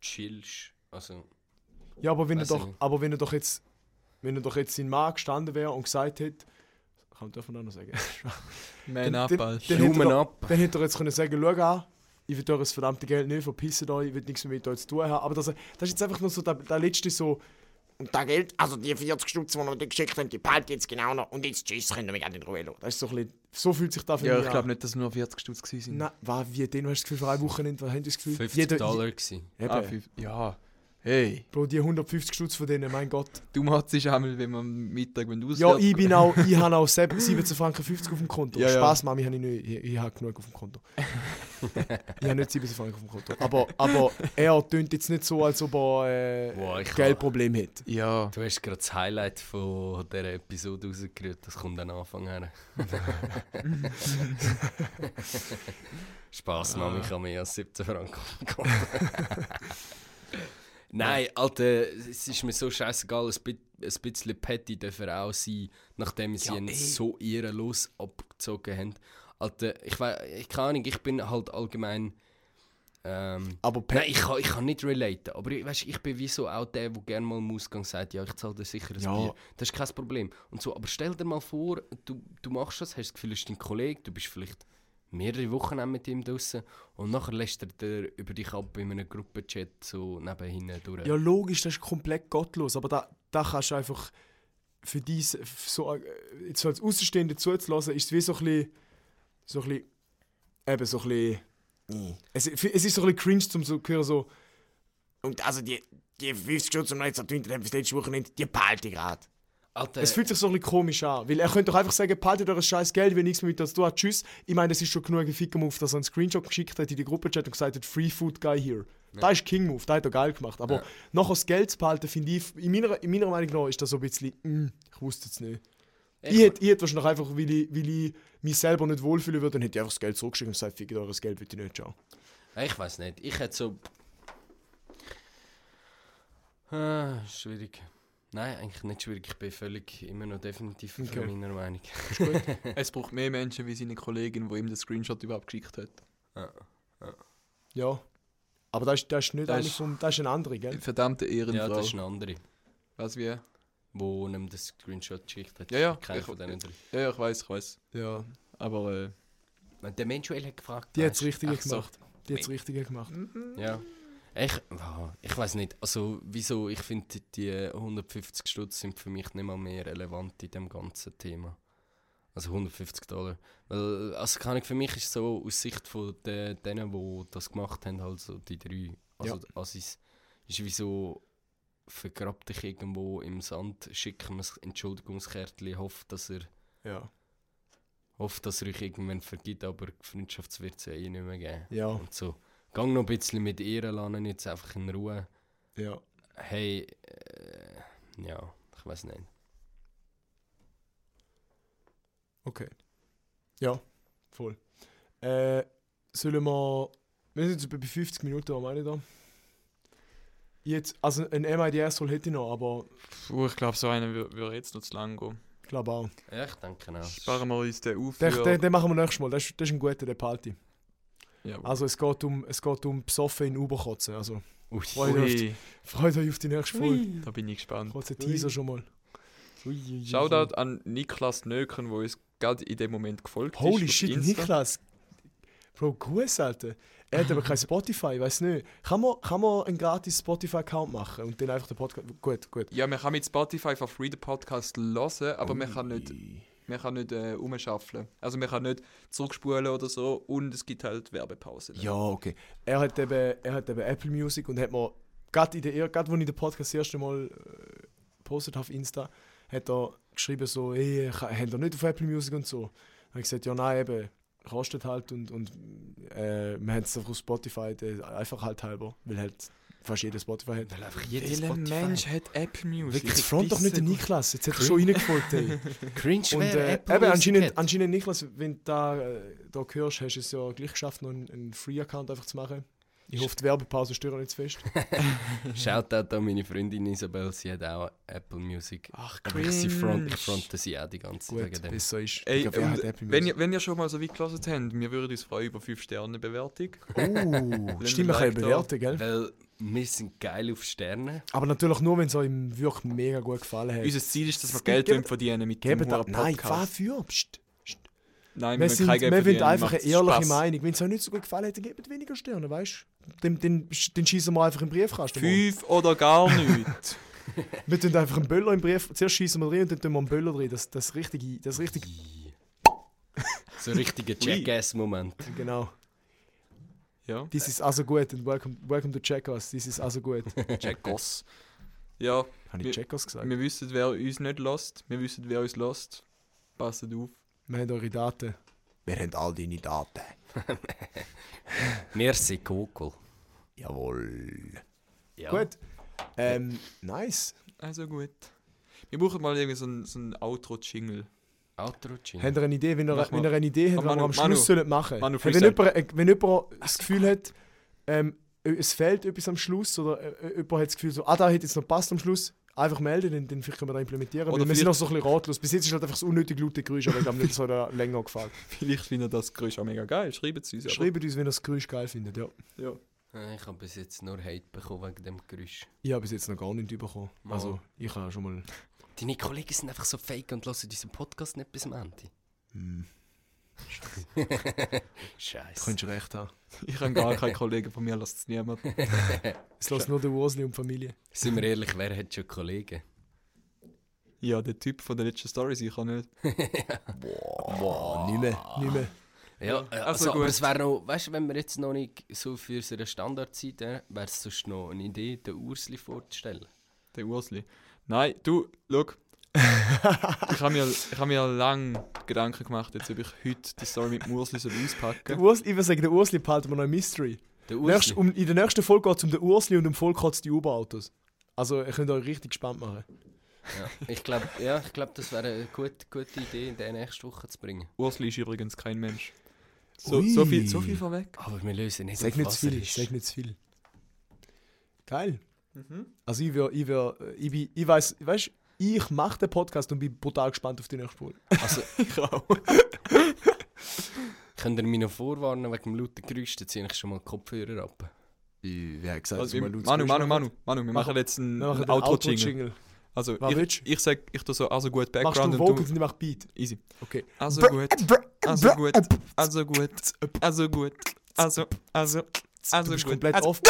[SPEAKER 4] chillst. Also,
[SPEAKER 2] Ja, aber wenn, er
[SPEAKER 4] Weiss ich
[SPEAKER 2] doch,
[SPEAKER 4] nicht.
[SPEAKER 2] aber wenn er doch jetzt wenn er doch jetzt sein Mann gestanden wäre und gesagt hätte, kann darf man auch noch sagen,
[SPEAKER 1] Man
[SPEAKER 2] Dann-
[SPEAKER 1] up,
[SPEAKER 2] dann-
[SPEAKER 1] Alter.
[SPEAKER 2] dann hätte
[SPEAKER 4] Daumen
[SPEAKER 2] er-
[SPEAKER 4] ab.
[SPEAKER 2] dann hätte er jetzt können sagen, schau an, ich will eures verdammte Geld nicht, verpisst euch, ich will nichts mehr mit euch zu tun haben. Aber das, das ist jetzt einfach nur so der, der letzte so,
[SPEAKER 5] Und da Geld, also die 40 Stutz, die wir dir geschickt haben, die behalten jetzt genau noch. Und jetzt tschüss, können wir mich in Ruhe lassen.
[SPEAKER 2] das ist so ein bisschen, so fühlt sich das für
[SPEAKER 1] Ja,
[SPEAKER 2] mich
[SPEAKER 1] ich
[SPEAKER 2] an.
[SPEAKER 1] glaube nicht, dass es nur 40 Stutz waren.
[SPEAKER 2] Nein, was, wie, den hast du das Gefühl, für eine Woche nicht, was haben die das Gefühl?
[SPEAKER 4] 50
[SPEAKER 2] Jeder-
[SPEAKER 4] Dollar gewesen.
[SPEAKER 2] Eben.
[SPEAKER 1] Ah, fünf- ja. Hey,
[SPEAKER 2] Bro, die 150 Stutz von denen, mein Gott.
[SPEAKER 1] du machst es einmal, wenn man am Mittag wenn du
[SPEAKER 2] Ja,
[SPEAKER 1] auswärts-
[SPEAKER 2] ich bin auch, ich habe auch sieb- 17,50 Franken auf dem Konto.
[SPEAKER 1] Ja, ja.
[SPEAKER 2] Spaß, Mami, habe ich nicht, ich, ich habe genug auf dem Konto. ich habe nicht 17 Franken auf dem Konto. Aber, aber er tönt jetzt nicht so, als ob er äh,
[SPEAKER 4] Boah, ich
[SPEAKER 2] Geldproblem hätte.
[SPEAKER 1] Ja.
[SPEAKER 4] Du hast gerade das Highlight von dieser Episode rausgerührt, das kommt am Anfang her. Spass, Mami, ich habe mehr als 17 Franken bekommen. Nein, Alter, es ist mir so scheißegal, ein bi- ein bisschen petty darf er auch sein, nachdem sie ihn so ehrenlos abgezogen haben. Alter, ich weiß, ich keine Ahnung, ich bin halt allgemein. Ähm,
[SPEAKER 2] Aber
[SPEAKER 4] Nein, ich kann, ich kann nicht relaten. Aber ich, weißt, ich bin wie so auch der, der gerne mal im Ausgang sagt, ja, ich zahle dir sicher ein
[SPEAKER 2] Ja.
[SPEAKER 4] Bier. Das ist kein Problem. Und so, aber stell dir mal vor, du, du machst das, hast das Gefühl, es ist dein Kollege, du bist vielleicht mehrere Wochen auch mit ihm draußen und nachher lässt er dir über dich ab in einem Gruppenchat so nebenhin durch.
[SPEAKER 2] Ja, logisch, das ist komplett gottlos, aber da, da kannst du einfach für dies f- so äh, jetzt so als Außenstehender zuzulassen, ist es wie so ein bisschen, so ein bisschen, eben so ein bisschen, es, es ist so ein bisschen cringe zum so hören, so,
[SPEAKER 5] Und also die, die 50 Stutz, die wir jetzt ertönt haben, für das letzte Wochenende, die behalte ich gerade.
[SPEAKER 4] Alter,
[SPEAKER 2] es fühlt sich so ein bisschen komisch an, weil er könnte doch einfach sagen, behaltet euer scheiß Geld, wenn nichts mehr mit uns zu tun hat, tschüss. Ich meine, das ist schon genug ein Ficker-Move, dass er einen Screenshot geschickt hat in die Gruppenchat und gesagt hat, Free Food Guy here. Da ist King-Move, da hat er geil gemacht, aber
[SPEAKER 4] Ja.
[SPEAKER 2] nachher das Geld zu behalten, finde ich, in meiner, in meiner Meinung nach ist das so ein bisschen, mm, ich wusste es nicht. Ich hätte, ich hätte wahrscheinlich einfach, weil ich, weil ich mich selber nicht wohlfühlen würde, dann hätte ich einfach das Geld zurückgeschickt und gesagt, fickt euer Geld, bitte nicht, ciao.
[SPEAKER 4] ich weiß nicht. Ich hätte so. Ah, schwierig. Nein, eigentlich nicht schwierig. Ich bin völlig immer noch definitiv
[SPEAKER 2] Okay.
[SPEAKER 4] von meiner Meinung.
[SPEAKER 1] Es braucht mehr Menschen wie seine Kollegin, die ihm den Screenshot überhaupt geschickt hat.
[SPEAKER 4] Ja.
[SPEAKER 2] Ja. Aber das ist, das ist nicht
[SPEAKER 1] Das
[SPEAKER 2] eine
[SPEAKER 1] ist-
[SPEAKER 2] vom, das ist eine andere, gell?
[SPEAKER 1] Verdammte
[SPEAKER 4] Ja,
[SPEAKER 1] Ehrenfrau.
[SPEAKER 4] das ist eine andere,
[SPEAKER 1] Was wie? Ja,
[SPEAKER 4] wo einem das Screenshot geschickt hat.
[SPEAKER 1] Ja, ja,
[SPEAKER 4] Keiner
[SPEAKER 1] ich-
[SPEAKER 4] von denen drei.
[SPEAKER 1] ja, ich weiß, ich weiß.
[SPEAKER 2] Ja.
[SPEAKER 1] Aber äh,
[SPEAKER 4] Und Der Mensch hat gefragt.
[SPEAKER 2] Die hat
[SPEAKER 4] hat's
[SPEAKER 2] das Richtige
[SPEAKER 4] Ach so.
[SPEAKER 2] gemacht. Die hat das Richtige gemacht.
[SPEAKER 4] Ja. Ich, wow, ich weiß nicht, also wieso, ich finde die 150 Stutz sind für mich nicht mal mehr relevant in dem ganzen Thema. Also 150 Dollar. Weil, also kann ich, für mich ist so aus Sicht von de, denen, die das gemacht haben, also die drei, also
[SPEAKER 2] Ja.
[SPEAKER 4] ja. Assis, ist wieso vergrab dich irgendwo im Sand, schicken wir ein Entschuldigungskärtchen, hofft, dass er
[SPEAKER 2] Ja.
[SPEAKER 4] hoffe, dass er euch irgendwann vergibt, aber die Freundschaft wird es ja eh nicht mehr geben.
[SPEAKER 2] Ja.
[SPEAKER 4] Und so, gang noch ein bisschen mit ihr lernen, jetzt einfach in Ruhe.
[SPEAKER 2] Ja.
[SPEAKER 4] Hey, äh, ja, ich weiß nicht.
[SPEAKER 2] Okay. Ja. Voll. Äh, sollen wir... Wir sind jetzt bei 50 Minuten, was meine ich da? Jetzt, also ein MIDS-Roll hätte ich noch, aber
[SPEAKER 1] puh, ich glaube, so einer wür- würde jetzt noch zu lang gehen.
[SPEAKER 2] ich glaube auch.
[SPEAKER 4] Ja, ich denke auch.
[SPEAKER 1] Sparen wir uns den auf.
[SPEAKER 2] Den,
[SPEAKER 1] ja.
[SPEAKER 2] den, den machen wir nächstes Mal, das ist, das ist ein guter, der Palti.
[SPEAKER 1] Ja.
[SPEAKER 2] Also es geht um, es geht um Besoffen in Uberkotzen. Also
[SPEAKER 4] Ui.
[SPEAKER 2] freut euch, freut euch auf die nächste Folge.
[SPEAKER 1] da bin ich gespannt.
[SPEAKER 2] Kurzer Teaser schon mal.
[SPEAKER 1] Shoutout an Niklas Nöken, wo uns gerade in dem Moment gefolgt ist.
[SPEAKER 2] Holy
[SPEAKER 1] auf
[SPEAKER 2] shit,
[SPEAKER 1] Insta.
[SPEAKER 2] Niklas. Bro, gut, Alter. Er hat aber kein Spotify, weiß nicht. Kann man, kann man einen gratis Spotify-Account machen und dann einfach den Podcast. Gut, gut.
[SPEAKER 1] Ja, man kann mit Spotify for free den Podcast hören, aber man kann nicht, man kann nicht äh, umschaffeln. Also man kann nicht zurückspulen oder so und es gibt halt Werbepausen.
[SPEAKER 2] Ja, okay. Er hat eben, er hat eben Apple Music und hat mir, gerade in der, gerade wo ich den Podcast das erste Mal äh, postet auf Insta, hat er geschrieben so, ey, ka- habt ihr nicht auf Apple Music und so. Dann habe ich gesagt, ja nein, eben, kostet halt und, und äh, wir haben es einfach auf Spotify, äh, einfach halt halber, weil halt fast jeder Spotify hat.
[SPEAKER 4] Einfach jeder
[SPEAKER 1] Welcher
[SPEAKER 4] Spotify.
[SPEAKER 1] Mensch hat Apple Music?
[SPEAKER 2] Wirklich, front doch nicht den Niklas, jetzt hat er schon
[SPEAKER 4] Cringe.
[SPEAKER 2] reingefolgt, ey.
[SPEAKER 4] Cringe
[SPEAKER 2] Und
[SPEAKER 4] wäre
[SPEAKER 2] äh, eben,
[SPEAKER 4] Apple Music
[SPEAKER 2] anscheinend,
[SPEAKER 4] hat.
[SPEAKER 2] anscheinend Niklas, wenn du da, äh, da hörst, hast du es ja gleich geschafft, noch einen, einen Free-Account einfach zu machen. Ich hoffe, die Werbepause stören nicht zu fest.
[SPEAKER 4] Shoutout an meine Freundin Isabel, sie hat auch Apple Music.
[SPEAKER 1] Ach,
[SPEAKER 4] Aber ich, sie front, ich fronte sie auch die ganze Zeit
[SPEAKER 2] Gut,
[SPEAKER 4] wegen dem.
[SPEAKER 2] bis so ist.
[SPEAKER 1] Ey,
[SPEAKER 2] ich glaub, er
[SPEAKER 1] und
[SPEAKER 2] hat Apple
[SPEAKER 1] wenn,
[SPEAKER 2] Music.
[SPEAKER 1] ihr, wenn ihr schon mal so weit gelassen habt, wir würden uns freuen über 5-Sterne-Bewertung.
[SPEAKER 2] Oh, stimmt, man
[SPEAKER 1] ein Like
[SPEAKER 2] kann ja
[SPEAKER 1] da.
[SPEAKER 2] bewerten, gell?
[SPEAKER 4] Weil wir sind geil auf Sterne.
[SPEAKER 2] Aber natürlich nur, wenn es euch wirklich mega gut gefallen hat.
[SPEAKER 1] Unser Ziel ist, dass wir
[SPEAKER 2] Es gibt-
[SPEAKER 1] Geld wollen verdienen mit dem
[SPEAKER 2] Geben da...
[SPEAKER 1] Huren
[SPEAKER 2] Nein,
[SPEAKER 1] Podcast.
[SPEAKER 2] wofür? Psst.
[SPEAKER 1] Nein,
[SPEAKER 2] Wir, sind,
[SPEAKER 1] kein Geld
[SPEAKER 2] wir wollen
[SPEAKER 1] verdienen,
[SPEAKER 2] einfach eine
[SPEAKER 1] macht's
[SPEAKER 2] ehrliche
[SPEAKER 1] Spass.
[SPEAKER 2] Meinung. Wenn es euch nicht so gut gefallen hat, dann gebt weniger Sterne, weißt du? Dann, dann, dann schießen wir einfach im Briefkasten. morgen.
[SPEAKER 1] Fünf oder gar nichts.
[SPEAKER 2] Wir tun einfach einen Böller im Brief. Zuerst schießen wir rein und dann tun wir einen Böller drin. Das, das richtige. Das richtige.
[SPEAKER 4] So ein richtiger Jackass-Moment.
[SPEAKER 2] Genau.
[SPEAKER 1] ja.
[SPEAKER 2] This is also gut und welcome, welcome to Checkers. This is also gut.
[SPEAKER 1] Checkers. Ja,
[SPEAKER 2] Habe ich
[SPEAKER 1] Wir-
[SPEAKER 2] Checkers gesagt?
[SPEAKER 1] wir wissen, wer uns nicht lost. Wir wissen, wer uns lost. Passt auf.
[SPEAKER 2] Wir haben eure Daten.
[SPEAKER 5] Wir haben all deine Daten.
[SPEAKER 4] Merci, Kokol.
[SPEAKER 5] Jawohl.
[SPEAKER 4] Ja.
[SPEAKER 2] Gut. Ähm, nice.
[SPEAKER 1] Also gut. Wir brauchen mal irgendwie so einen so einen Outro-Jingle.
[SPEAKER 4] Outro
[SPEAKER 2] Habt ihr eine Idee, wenn ihr,
[SPEAKER 1] Mach mal.
[SPEAKER 2] wenn ihr eine Idee habt,
[SPEAKER 1] Komm,
[SPEAKER 2] was wir
[SPEAKER 1] Manu,
[SPEAKER 2] am Schluss
[SPEAKER 1] Manu.
[SPEAKER 2] sollen machen
[SPEAKER 1] Manu,
[SPEAKER 2] sollen? Wenn
[SPEAKER 1] freestyle.
[SPEAKER 2] jemand, äh, wenn jemand das Gefühl hat, ähm, äh, es fehlt etwas am Schluss oder äh, äh, jemand hat das Gefühl, so, ah, da hätte jetzt noch passt am Schluss, einfach melden, dann, dann vielleicht können wir da implementieren.
[SPEAKER 1] Oder
[SPEAKER 2] Weil wir
[SPEAKER 1] vielleicht-
[SPEAKER 2] sind noch so ein bisschen ratlos. Bis jetzt ist halt einfach das unnötige laute Geräusch, aber ich glaube nicht, das hat euch länger gefallen.
[SPEAKER 1] Vielleicht findet das Geräusch auch mega geil. Schreibt es uns. aber-
[SPEAKER 2] Schreibt uns, wenn ihr das Geräusch geil findet, ja.
[SPEAKER 1] Ja.
[SPEAKER 4] Äh, Ich habe bis jetzt nur Hate bekommen wegen dem Geräusch.
[SPEAKER 2] Ich habe bis jetzt noch gar nicht bekommen. Also, ich habe schon mal...
[SPEAKER 4] Deine Kollegen sind einfach so fake und hören diesen Podcast nicht bis am Ende. Hm. Scheiße.
[SPEAKER 2] Könntest recht haben.
[SPEAKER 1] Ich habe gar keinen Kollegen von mir, lasst es niemand.
[SPEAKER 2] Es lässt nur der Ursli und die Familie.
[SPEAKER 4] Sind wir ehrlich, wer hat schon Kollegen?
[SPEAKER 1] Ja, der Typ von der letzten Stories, ich kann nicht. Ah.
[SPEAKER 2] Nicht mehr. Nicht mehr.
[SPEAKER 4] Ja, äh, also,
[SPEAKER 1] also
[SPEAKER 4] aber
[SPEAKER 1] gut.
[SPEAKER 4] es wäre noch, weißt du, wenn wir jetzt noch nicht so für unsere Standardzeit wären, wäre es sonst noch eine Idee, den Ursli vorzustellen.
[SPEAKER 1] Der Ursli. Nein, du, schau. ich habe mir, ich habe mir lange Gedanken gemacht, jetzt, ob ich heute die Story mit dem Ursli so
[SPEAKER 2] Der
[SPEAKER 1] auspacken
[SPEAKER 2] Ursli, ich würde sagen, der Ursli behalten wir noch ein Mystery.
[SPEAKER 4] Der
[SPEAKER 2] Nächst,
[SPEAKER 4] Ursli.
[SPEAKER 2] um, in der nächsten Folge geht es um den Ursli und um Vollkotz die U-Autos. Also, ihr könnt euch richtig gespannt machen.
[SPEAKER 4] Ja, ich glaube, ja, ich glaub, das wäre eine gute, gute Idee, den nächste Woche zu bringen.
[SPEAKER 1] Ursli ist übrigens kein Mensch. So, so, viel, so viel vorweg.
[SPEAKER 4] Aber wir lösen nicht
[SPEAKER 2] Sag
[SPEAKER 4] auf
[SPEAKER 2] nicht
[SPEAKER 4] was
[SPEAKER 2] zu
[SPEAKER 4] er
[SPEAKER 2] viel.
[SPEAKER 4] ist.
[SPEAKER 2] Sag nicht zu viel. Geil. Also, ich, wär, ich, wär, ich, bin, ich weiß, weißt ich mache den Podcast und bin brutal gespannt auf die nächste Folge.
[SPEAKER 4] Also, Könnt ihr mich noch vorwarnen wegen dem lauten Geräusch, dann ziehe ich schon mal die Kopfhörer ab.
[SPEAKER 2] Wer hat gesagt,
[SPEAKER 1] Also, wir, Manu, Manu, Manu, Manu, wir machen jetzt einen,
[SPEAKER 2] Mach
[SPEAKER 1] einen
[SPEAKER 2] den
[SPEAKER 1] Outro-Jingle.
[SPEAKER 2] Outro-Jingle.
[SPEAKER 1] Also,
[SPEAKER 2] Was willst
[SPEAKER 1] ich, ich sag, ich tu so, also gut,
[SPEAKER 2] Machst du
[SPEAKER 1] Background und
[SPEAKER 2] Vocals
[SPEAKER 1] du,
[SPEAKER 2] und ich mach Beat.
[SPEAKER 1] easy.
[SPEAKER 2] Okay.
[SPEAKER 1] Also gut, also gut, also gut, also gut, also, also, also
[SPEAKER 2] Du bist
[SPEAKER 1] gut.
[SPEAKER 2] komplett
[SPEAKER 1] also,
[SPEAKER 2] off.